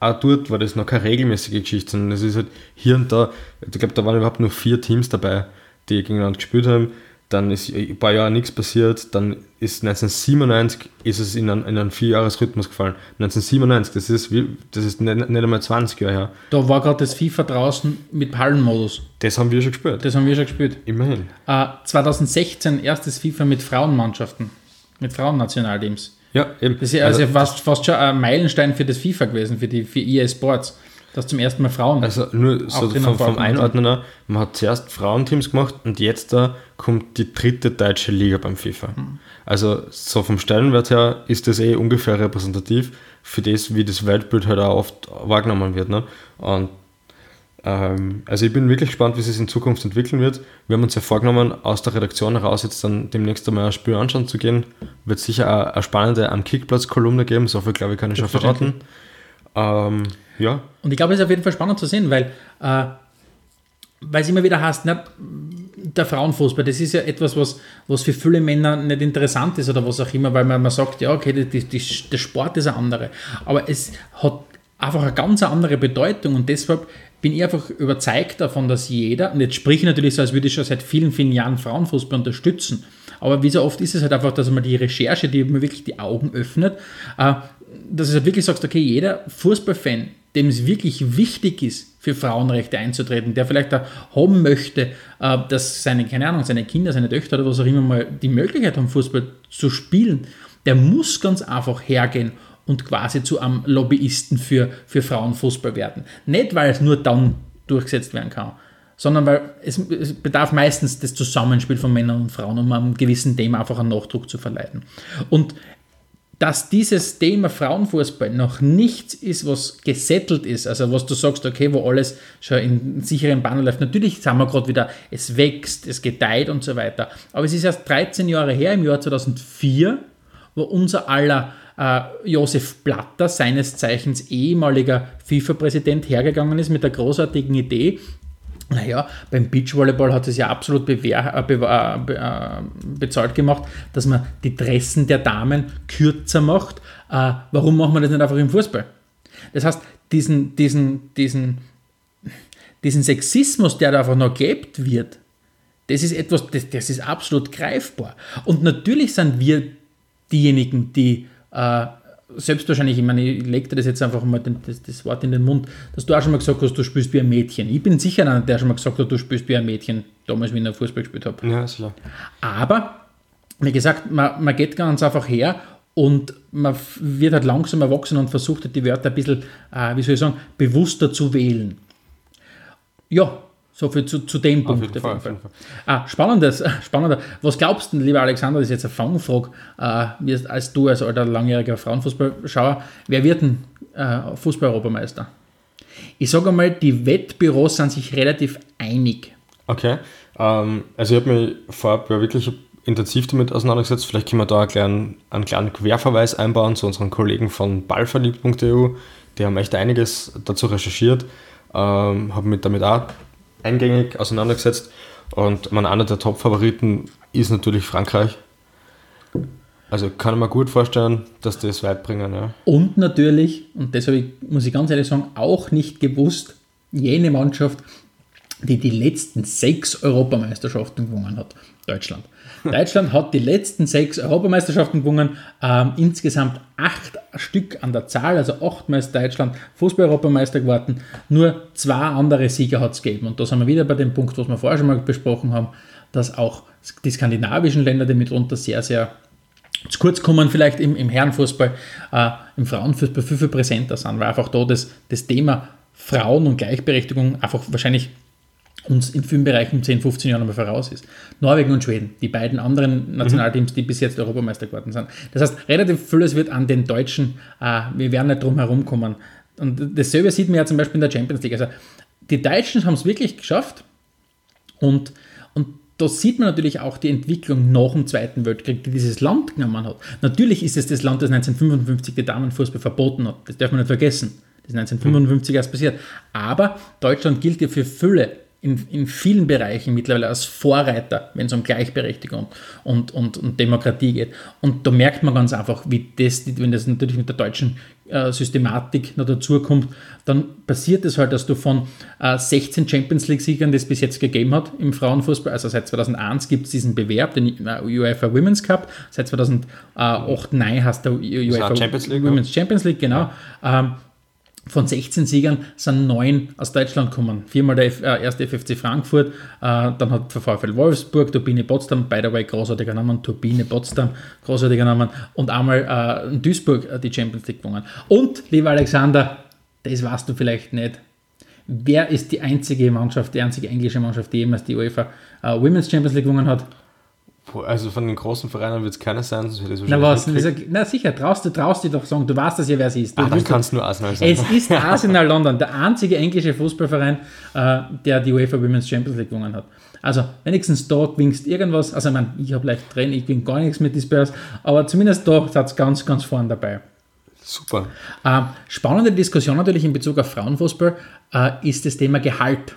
auch dort war das noch keine regelmäßige Geschichte, sondern es ist halt hier und da, ich glaube, da waren überhaupt nur vier Teams dabei, die gegeneinander gespielt haben. Dann ist ein paar Jahre nichts passiert, dann ist 1997 ist es in einen, in einen Vierjahresrhythmus gefallen. 1997, das ist, wie, das ist nicht, nicht einmal 20 Jahre her. Da war gerade das FIFA draußen mit Pallenmodus. Das haben wir schon gespielt. Das haben wir schon gespielt. Immerhin. Äh, 2016 erstes FIFA mit Frauenmannschaften, mit Frauennationalteams. Ja, eben. Das ist also, also fast, fast, schon ein Meilenstein für das FIFA gewesen, für, die, für EA Sports. Dass zum ersten Mal Frauen. Also nur so vom, vom Einordner, man hat zuerst Frauenteams gemacht und jetzt da kommt die dritte deutsche Liga beim FIFA. Mhm. Also so vom Stellenwert her ist das eh ungefähr repräsentativ für das, wie das Weltbild halt auch oft wahrgenommen wird. Ne? Und ähm, also ich bin wirklich gespannt, wie es sich in Zukunft entwickeln wird. Wir haben uns ja vorgenommen, aus der Redaktion heraus jetzt dann demnächst einmal ein Spiel anschauen zu gehen. Wird sicher eine, eine spannende am Kickplatz-Kolumne geben, so viel glaube ich kann ich schon verraten. Ähm, ja. Und ich glaube, es ist auf jeden Fall spannend zu sehen, weil äh, es immer wieder heißt, na, der Frauenfußball, das ist ja etwas, was, was für viele Männer nicht interessant ist oder was auch immer, weil man, man sagt, ja, okay, die, die, der Sport ist ein anderer. Aber es hat einfach eine ganz andere Bedeutung und deshalb bin ich einfach überzeugt davon, dass jeder, und jetzt spreche ich natürlich so, als würde ich schon seit vielen, vielen Jahren Frauenfußball unterstützen, aber wie so oft ist es halt einfach, dass man die Recherche, die mir wirklich die Augen öffnet, äh, dass du halt wirklich sagst, okay, jeder Fußballfan, dem es wirklich wichtig ist, für Frauenrechte einzutreten, der vielleicht da haben möchte, äh, dass seine, keine Ahnung, seine Kinder, seine Töchter oder was auch immer mal die Möglichkeit haben, Fußball zu spielen, der muss ganz einfach hergehen und quasi zu einem Lobbyisten für, für Frauenfußball werden. Nicht, weil es nur dann durchgesetzt werden kann, sondern weil es, es, bedarf meistens das Zusammenspiel von Männern und Frauen, um einem gewissen Thema einfach einen Nachdruck zu verleiten. Und dass dieses Thema Frauenfußball noch nichts ist, was gesettelt ist, also was du sagst, okay, wo alles schon in sicheren Bahnen läuft. Natürlich sagen wir gerade wieder, es wächst, es gedeiht und so weiter. Aber es ist erst 13 Jahre her, im Jahr 2004, wo unser aller äh, Josef Blatter, seines Zeichens ehemaliger FIFA-Präsident, hergegangen ist mit der großartigen Idee, naja, beim Beachvolleyball hat es ja absolut bewehr, äh, be, be, bezahlt gemacht, dass man die Dressen der Damen kürzer macht. Äh, warum machen wir das nicht einfach im Fußball? Das heißt, diesen, diesen, diesen, diesen Sexismus, der da einfach noch gelebt wird, das ist etwas, das, das ist absolut greifbar. Und natürlich sind wir diejenigen, die äh, selbst wahrscheinlich, ich meine, ich lege dir das jetzt einfach mal das, das, Wort in den Mund, dass du auch schon mal gesagt hast, du spielst wie ein Mädchen. Ich bin sicher einer, der schon mal gesagt hat, du spielst wie ein Mädchen, damals, wenn ich Fußball gespielt habe. Ja, sicher. Aber, wie gesagt, man, man geht ganz einfach her und man wird halt langsam erwachsen und versucht halt die Wörter ein bisschen, äh, wie soll ich sagen, bewusster zu wählen. Ja, so viel zu, zu dem Punkt. Auf jeden Fall, auf jeden Fall. Ah, spannendes, spannender. Was glaubst du, lieber Alexander, das ist jetzt eine Fangfrage, äh, als du als alter langjähriger Frauenfußballschauer, wer wird denn äh, Fußball-Europameister? Ich sage mal, die Wettbüros sind sich relativ einig. Okay, ähm, also ich habe mich vorher wirklich intensiv damit auseinandergesetzt. Vielleicht können wir da einen kleinen, einen kleinen Querverweis einbauen zu unseren Kollegen von ballverliebt.eu. Die haben echt einiges dazu recherchiert, ähm, haben mich damit auch eingängig auseinandergesetzt. Und man, einer der Top-Favoriten ist natürlich Frankreich. Also kann ich mir gut vorstellen, dass die es weit bringen. Ja. Und natürlich, und das ich, muss ich ganz ehrlich sagen, auch nicht gewusst, jene Mannschaft, die die letzten sechs Europameisterschaften gewonnen hat. Deutschland. Deutschland hat die letzten sechs Europameisterschaften gewonnen, ähm, insgesamt acht Stück an der Zahl, also achtmal ist Deutschland Fußball-Europameister geworden. Nur zwei andere Sieger hat es gegeben. Und da sind wir wieder bei dem Punkt, was wir vorher schon mal besprochen haben, dass auch die skandinavischen Länder, die mitunter sehr, sehr zu kurz kommen, vielleicht im, im Herrenfußball, äh, im Frauenfußball viel, viel präsenter sind, weil einfach da das, das Thema Frauen und Gleichberechtigung einfach wahrscheinlich uns in vielen Bereichen 10, 15 Jahren aber voraus ist. Norwegen und Schweden, die beiden anderen Nationalteams, die bis jetzt Europameister geworden sind. Das heißt, relativ vieles wird an den Deutschen, äh, wir werden nicht drum herumkommen. Und dasselbe sieht man ja zum Beispiel in der Champions League. Also die Deutschen haben es wirklich geschafft und, und da sieht man natürlich auch die Entwicklung nach dem Zweiten Weltkrieg, die dieses Land genommen hat. Natürlich ist es das Land, das 1955 die Damenfußball verboten hat. Das darf man nicht vergessen. Das ist 1955 erst passiert. Aber Deutschland gilt ja für Fülle in, in vielen Bereichen mittlerweile als Vorreiter, wenn es um Gleichberechtigung und, und, und Demokratie geht. Und da merkt man ganz einfach, wie das, wenn das natürlich mit der deutschen äh, Systematik noch dazukommt, dann passiert es halt, dass du von äh, 16 Champions League-Siegern, die es bis jetzt gegeben hat im Frauenfußball, also seit 2001 gibt es diesen Bewerb, den äh, UEFA Women's Cup, seit äh, 2008, nein, hast du UEFA Champions League, ne? Women's Champions League, genau. Ähm, von 16 Siegern sind neun aus Deutschland gekommen. Viermal der F äh, erste FFC Frankfurt, äh, dann hat der VfL Wolfsburg, Turbine Potsdam, by the way, großartiger Name, Turbine Potsdam, großartiger Name und einmal äh, in Duisburg äh, die Champions League gewonnen. Und, lieber Alexander, das weißt du vielleicht nicht. Wer ist die einzige Mannschaft, die einzige englische Mannschaft, die jemals die UEFA äh, Women's Champions League gewonnen hat? Puh, Also von den großen Vereinen wird es keiner sein, sonst hätte ich es Na was? Ah, nicht gekriegt. Na sicher, traust du traust dich doch sagen, du weißt das ja, wer sie ist. Du Ah, dann willst kann es nur Arsenal sein. Es ist Arsenal London, der einzige englische Fußballverein, äh, der die UEFA Women's Champions League gewonnen hat. Also wenigstens da gewinnst irgendwas. Also ich meine, ich habe leicht drin, ich gewinne gar nichts mit den Spurs, aber zumindest da hat es ganz, ganz vorn dabei. Super. Ähm, spannende Diskussion natürlich in Bezug auf Frauenfußball äh, ist das Thema Gehalt.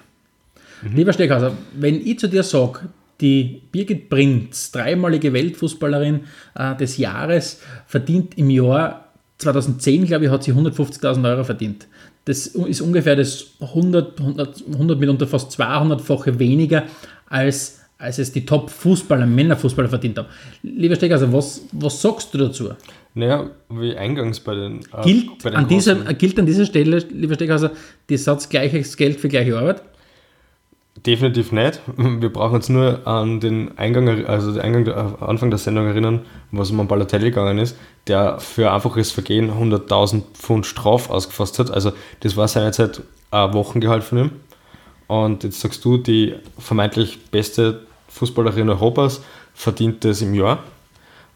Lieber Steckhauser, wenn ich zu dir sage, die Birgit Prinz, dreimalige Weltfußballerin äh, des Jahres, verdient im Jahr 2010, glaube ich, hat sie 150.000 Euro verdient. Das ist ungefähr das 100, 100, 100 mitunter fast 200-fache weniger, als, als es die Top-Fußballer, Männerfußballer verdient haben. Lieber Steckhauser, was, was sagst du dazu? Naja, wie eingangs bei den. äh, Gilt bei den an, dieser, großen. gilt an dieser Stelle, lieber Steckhauser, der Satz gleiches Geld für gleiche Arbeit? Definitiv nicht. Wir brauchen jetzt nur an den Eingang, also den Eingang der, Anfang der Sendung erinnern, was um an Balotelli gegangen ist, der für einfaches Vergehen 100.000 Pfund Straf ausgefasst hat. Also das war seinerzeit ein Wochengehalt von ihm. Und jetzt sagst du, die vermeintlich beste Fußballerin Europas verdient das im Jahr.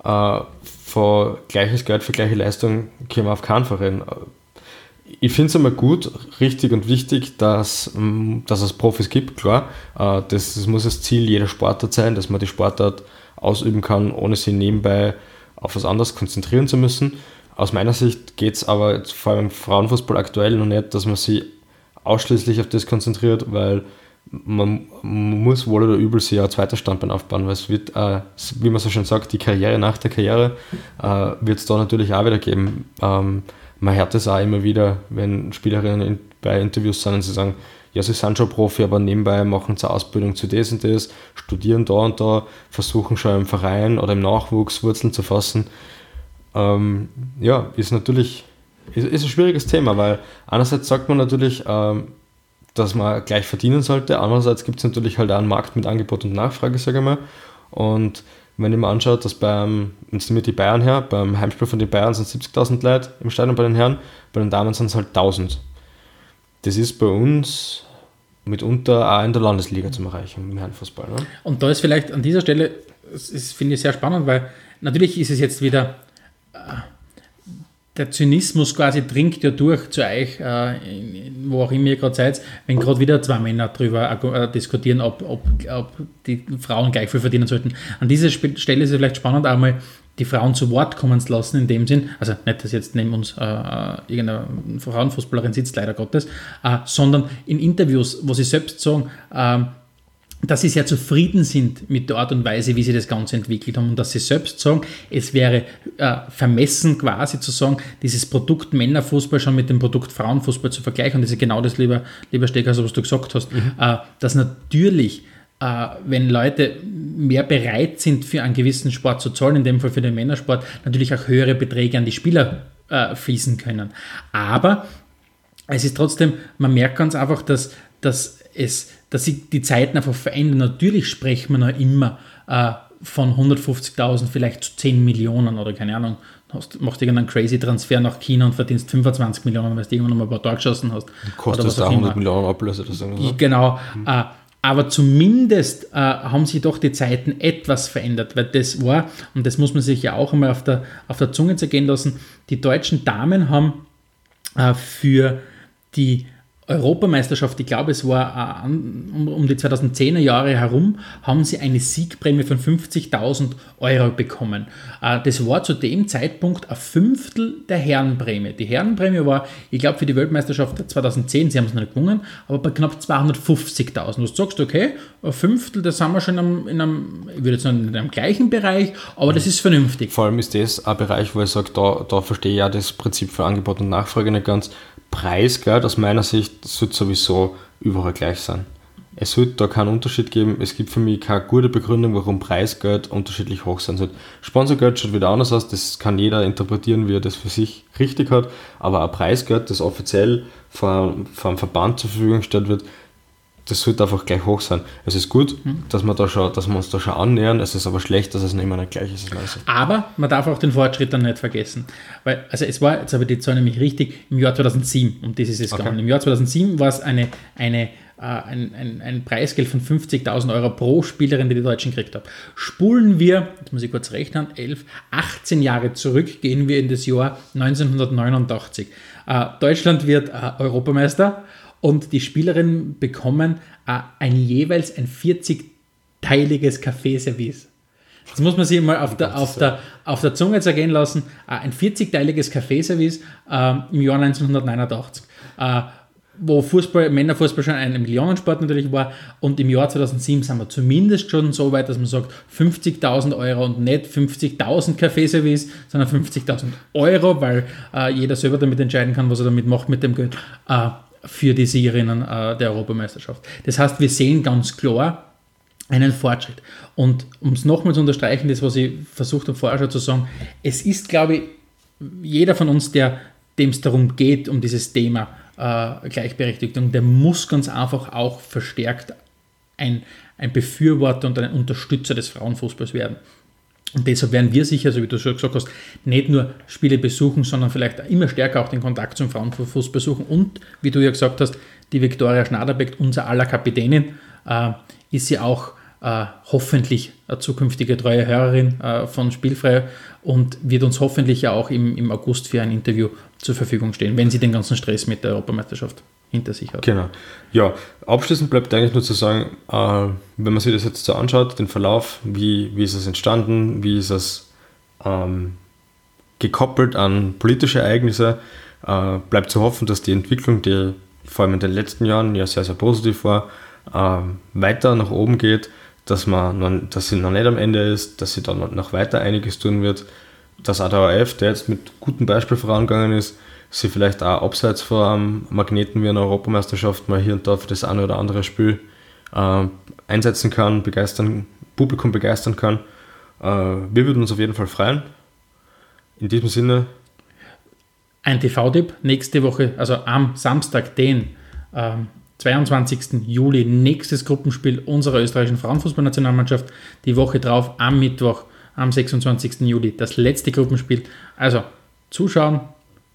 Äh, von gleiches Geld für gleiche Leistung können wir auf keinen Fall reden. Ich finde es immer gut, richtig und wichtig, dass, ähm, dass es Profis gibt, klar. Äh, Das, das muss das Ziel jeder Sportart sein, dass man die Sportart ausüben kann, ohne sich nebenbei auf was anderes konzentrieren zu müssen. Aus meiner Sicht geht es aber jetzt vor allem im Frauenfußball aktuell noch nicht, dass man sich ausschließlich auf das konzentriert, weil man, man muss wohl oder übel sich ja ein zweites Standbein aufbauen, weil es wird, äh, wie man so schön sagt, die Karriere nach der Karriere äh, wird es da natürlich auch wieder geben. Ähm, man hört das auch immer wieder, wenn Spielerinnen in, bei Interviews sind und sie sagen, ja, sie sind schon Profi, aber nebenbei machen sie eine Ausbildung zu das und das, studieren da und da, versuchen schon im Verein oder im Nachwuchs Wurzeln zu fassen. Ähm, ja, ist natürlich ist, ist ein schwieriges Thema, weil einerseits sagt man natürlich, ähm, dass man gleich verdienen sollte, andererseits gibt es natürlich halt auch einen Markt mit Angebot und Nachfrage, sage ich mal. Und wenn ich mir anschaut, dass beim, jetzt nehmen wir die Bayern her, beim Heimspiel von den Bayern sind 70.000 Leute im Stadion bei den Herren, bei den Damen sind es halt 1000. Das ist bei uns mitunter auch in der Landesliga zum Erreichen im Herrenfußball. Ne? Und da ist vielleicht an dieser Stelle, es ist, finde ich sehr spannend, weil natürlich ist es jetzt wieder, äh, der Zynismus quasi dringt ja durch zu euch, äh, in- in- wo auch immer ihr gerade seid, wenn gerade wieder zwei Männer drüber argu- äh, diskutieren, ob, ob, ob die Frauen gleich viel verdienen sollten. An dieser Sp- Stelle ist es vielleicht spannend, einmal die Frauen zu Wort kommen zu lassen, in dem Sinn, also nicht, dass jetzt neben uns äh, irgendeine Frauenfußballerin sitzt, leider Gottes, äh, sondern in Interviews, wo sie selbst sagen, ähm, dass sie sehr zufrieden sind mit der Art und Weise, wie sie das Ganze entwickelt haben und dass sie selbst sagen, es wäre äh, vermessen quasi zu sagen, dieses Produkt Männerfußball schon mit dem Produkt Frauenfußball zu vergleichen. Und das ist genau das, lieber, lieber Steghauser, was du gesagt hast, äh, dass natürlich, äh, wenn Leute mehr bereit sind, für einen gewissen Sport zu zahlen, in dem Fall für den Männersport, natürlich auch höhere Beträge an die Spieler äh, fließen können. Aber es ist trotzdem, man merkt ganz einfach, dass, dass es, dass sich die Zeiten einfach verändern. Natürlich sprechen wir noch immer äh, von 150.000 vielleicht zu 10 Millionen oder keine Ahnung. Hast, machst irgendeinen crazy Transfer nach China und verdienst 25 Millionen, weil du irgendwann noch mal ein paar Tage geschossen hast. Kostet Oder was das auch auch immer. 100 Millionen Mhm. Ablöse oder so. ne? Genau. Äh, aber zumindest äh, haben sich doch die Zeiten etwas verändert, weil das war, und das muss man sich ja auch einmal auf der, auf der Zunge zergehen lassen, die deutschen Damen haben äh, für die Europameisterschaft, ich glaube, es war äh, an- um, um die 2010er Jahre herum, haben sie eine Siegprämie von 50.000 Euro bekommen. Äh, Das war zu dem Zeitpunkt ein Fünftel der Herrenprämie. Die Herrenprämie war, ich glaube, für die Weltmeisterschaft 2010, sie haben es noch nicht gewonnen, aber bei knapp 250.000. Du sagst, okay, ein Fünftel, da sind wir schon in einem, in einem ich würde jetzt sagen, in einem gleichen Bereich, aber das ist vernünftig. Vor allem ist das ein Bereich, wo ich sage, da, da verstehe ich ja das Prinzip für Angebot und Nachfrage nicht ganz. Preis, gell, aus meiner Sicht, sollte sowieso überall gleich sein. Es sollte da keinen Unterschied geben. Es gibt für mich keine gute Begründung, warum Preisgeld unterschiedlich hoch sein sollte. Sponsorgeld schaut wieder anders aus. Das kann jeder interpretieren, wie er das für sich richtig hat. Aber ein Preisgeld, das offiziell vom, vom Verband zur Verfügung gestellt wird, das sollte einfach gleich hoch sein. Es ist gut, dass, wir da schon, dass wir uns da schon annähern. Es ist aber schlecht, dass es nicht immer nicht gleich ist. aus meiner Sicht. Aber man darf auch den Fortschritt dann nicht vergessen. Weil, also es war, jetzt habe ich die Zahl nämlich richtig, im Jahr 2007, um das ist es gegangen. Im Jahr 2007 war es eine, eine, äh, ein, ein, ein Preisgeld von 50.000 Euro pro Spielerin, die die Deutschen gekriegt haben. Spulen wir, jetzt muss ich kurz rechnen, 11, 18 Jahre zurück, gehen wir in das Jahr 1989. Äh, Deutschland wird äh, Europameister und die Spielerinnen bekommen äh, ein jeweils ein 40-teiliges Kaffeeservice. Das muss man sich mal auf, der, auf, der, auf der Zunge zergehen lassen. Äh, Ein 40-teiliges Kaffeeservice ähm, im Jahr 1989, äh, wo Fußball, Männerfußball schon ein Millionensport natürlich war. Und im Jahr 2007 sind wir zumindest schon so weit, dass man sagt, 50.000 Euro und nicht 50.000 Kaffeeservice, sondern 50.000 Euro, weil äh, jeder selber damit entscheiden kann, was er damit macht mit dem Geld. Äh, für die Siegerinnen äh, der Europameisterschaft. Das heißt, wir sehen ganz klar, einen Fortschritt. Und um es nochmal zu unterstreichen, das, was ich versucht habe vorher schon zu sagen, es ist, glaube ich, jeder von uns, der dem es darum geht, um dieses Thema äh, Gleichberechtigung, der muss ganz einfach auch verstärkt ein, ein Befürworter und ein Unterstützer des Frauenfußballs werden. Und deshalb werden wir sicher, so wie du schon gesagt hast, nicht nur Spiele besuchen, sondern vielleicht immer stärker auch den Kontakt zum Frauenfußball besuchen. Und wie du ja gesagt hast, die Viktoria Schnaderbeck, unser aller Kapitänin, äh, ist sie auch äh, hoffentlich eine zukünftige treue Hörerin äh, von Spielfrei und wird uns hoffentlich ja auch im, im August für ein Interview zur Verfügung stehen, wenn sie den ganzen Stress mit der Europameisterschaft hinter sich hat. Genau. Ja, abschließend bleibt eigentlich nur zu sagen, äh, wenn man sich das jetzt so anschaut, den Verlauf, wie, wie ist es entstanden, wie ist es ähm, gekoppelt an politische Ereignisse, äh, bleibt zu hoffen, dass die Entwicklung, die vor allem in den letzten Jahren ja sehr, sehr positiv war, ähm, weiter nach oben geht, dass, man noch, dass sie noch nicht am Ende ist, dass sie dann noch- noch weiter einiges tun wird, dass auch der ORF, der jetzt mit gutem Beispiel vorangegangen ist, sie vielleicht auch abseits von einem Magneten wie einer Europameisterschaft mal hier und da für das eine oder andere Spiel äh, einsetzen kann, begeistern, Publikum begeistern kann. Äh, wir würden uns auf jeden Fall freuen. In diesem Sinne, Ein TV-Tipp nächste Woche, also am Samstag, den ähm, 22. Juli, nächstes Gruppenspiel unserer österreichischen Frauenfußballnationalmannschaft. Die Woche drauf, am Mittwoch, am 26. Juli, das letzte Gruppenspiel. Also zuschauen,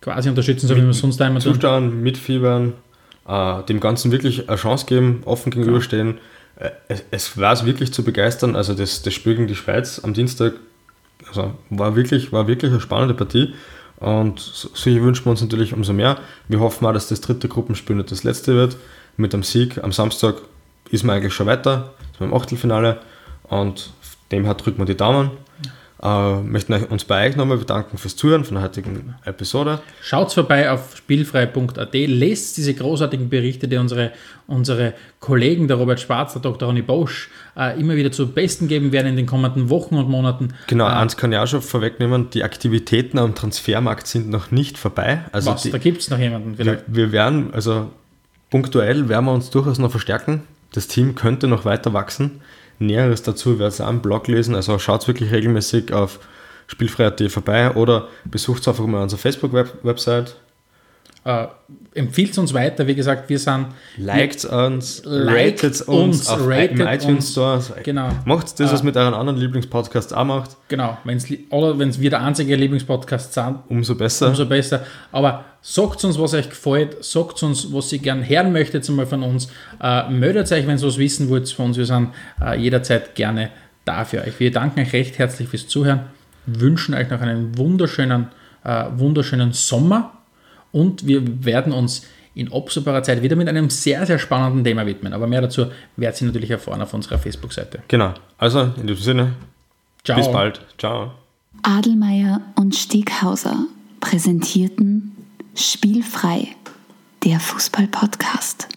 quasi unterstützen, so wie wir es sonst einmal tun. zuschauen, mitfiebern, äh, dem Ganzen wirklich eine Chance geben, offen gegenüberstehen. Äh, es es war es wirklich zu begeistern. Also das, das Spiel gegen die Schweiz am Dienstag also war wirklich, war wirklich eine spannende Partie. Und so- solche wünschen wir uns natürlich umso mehr. Wir hoffen auch, dass das dritte Gruppenspiel nicht das letzte wird. Mit dem Sieg am Samstag ist man eigentlich schon weiter, ist man im Achtelfinale. Und dem her drücken wir die Daumen. Äh, möchten euch- uns bei euch nochmal bedanken fürs Zuhören von der heutigen Episode. Schaut vorbei auf spielfrei.at, lest diese großartigen Berichte, die unsere, unsere Kollegen, der Robert Schwarz, der Dr. Ronny Bosch, äh, immer wieder zu Besten geben werden in den kommenden Wochen und Monaten. Genau, eins kann ich auch schon vorwegnehmen, die Aktivitäten am Transfermarkt sind noch nicht vorbei. Also Was, die, da gibt es noch jemanden vielleicht. wir, wir werden, also punktuell werden wir uns durchaus noch verstärken. Das Team könnte noch weiter wachsen. Näheres dazu werdet ihr am Blog lesen. Also schaut wirklich regelmäßig auf spielfreiheit.de vorbei oder besucht einfach mal unsere Facebook-Website. Äh, Empfiehlt uns weiter, wie gesagt, wir sind Liked uns, Liked ratet uns, uns, auf ratet im iTunes uns. Store. Genau. Macht das, was Ah. mit euren anderen Lieblingspodcasts auch macht, Genau, wenn's, li- oder wenn wir der einzige Lieblingspodcast sind, umso besser. umso besser. Aber sagt uns, was euch gefällt, sagt uns, was ihr gern hören möchtet mal von uns. Äh, meldet euch, wenn ihr was wissen wollt von uns. Wir sind äh, jederzeit gerne da für euch. Wir danken euch recht herzlich fürs Zuhören, wünschen euch noch einen wunderschönen, äh, wunderschönen Sommer und wir werden uns in absehbarer Zeit wieder mit einem sehr, sehr spannenden Thema widmen. Aber mehr dazu werdet ihr natürlich erfahren auf unserer Facebook-Seite. Genau. Also, in diesem Sinne, Ciao. bis bald. Ciao. Adelmeier und Steghauser präsentierten Spielfrei, der Fußball-Podcast.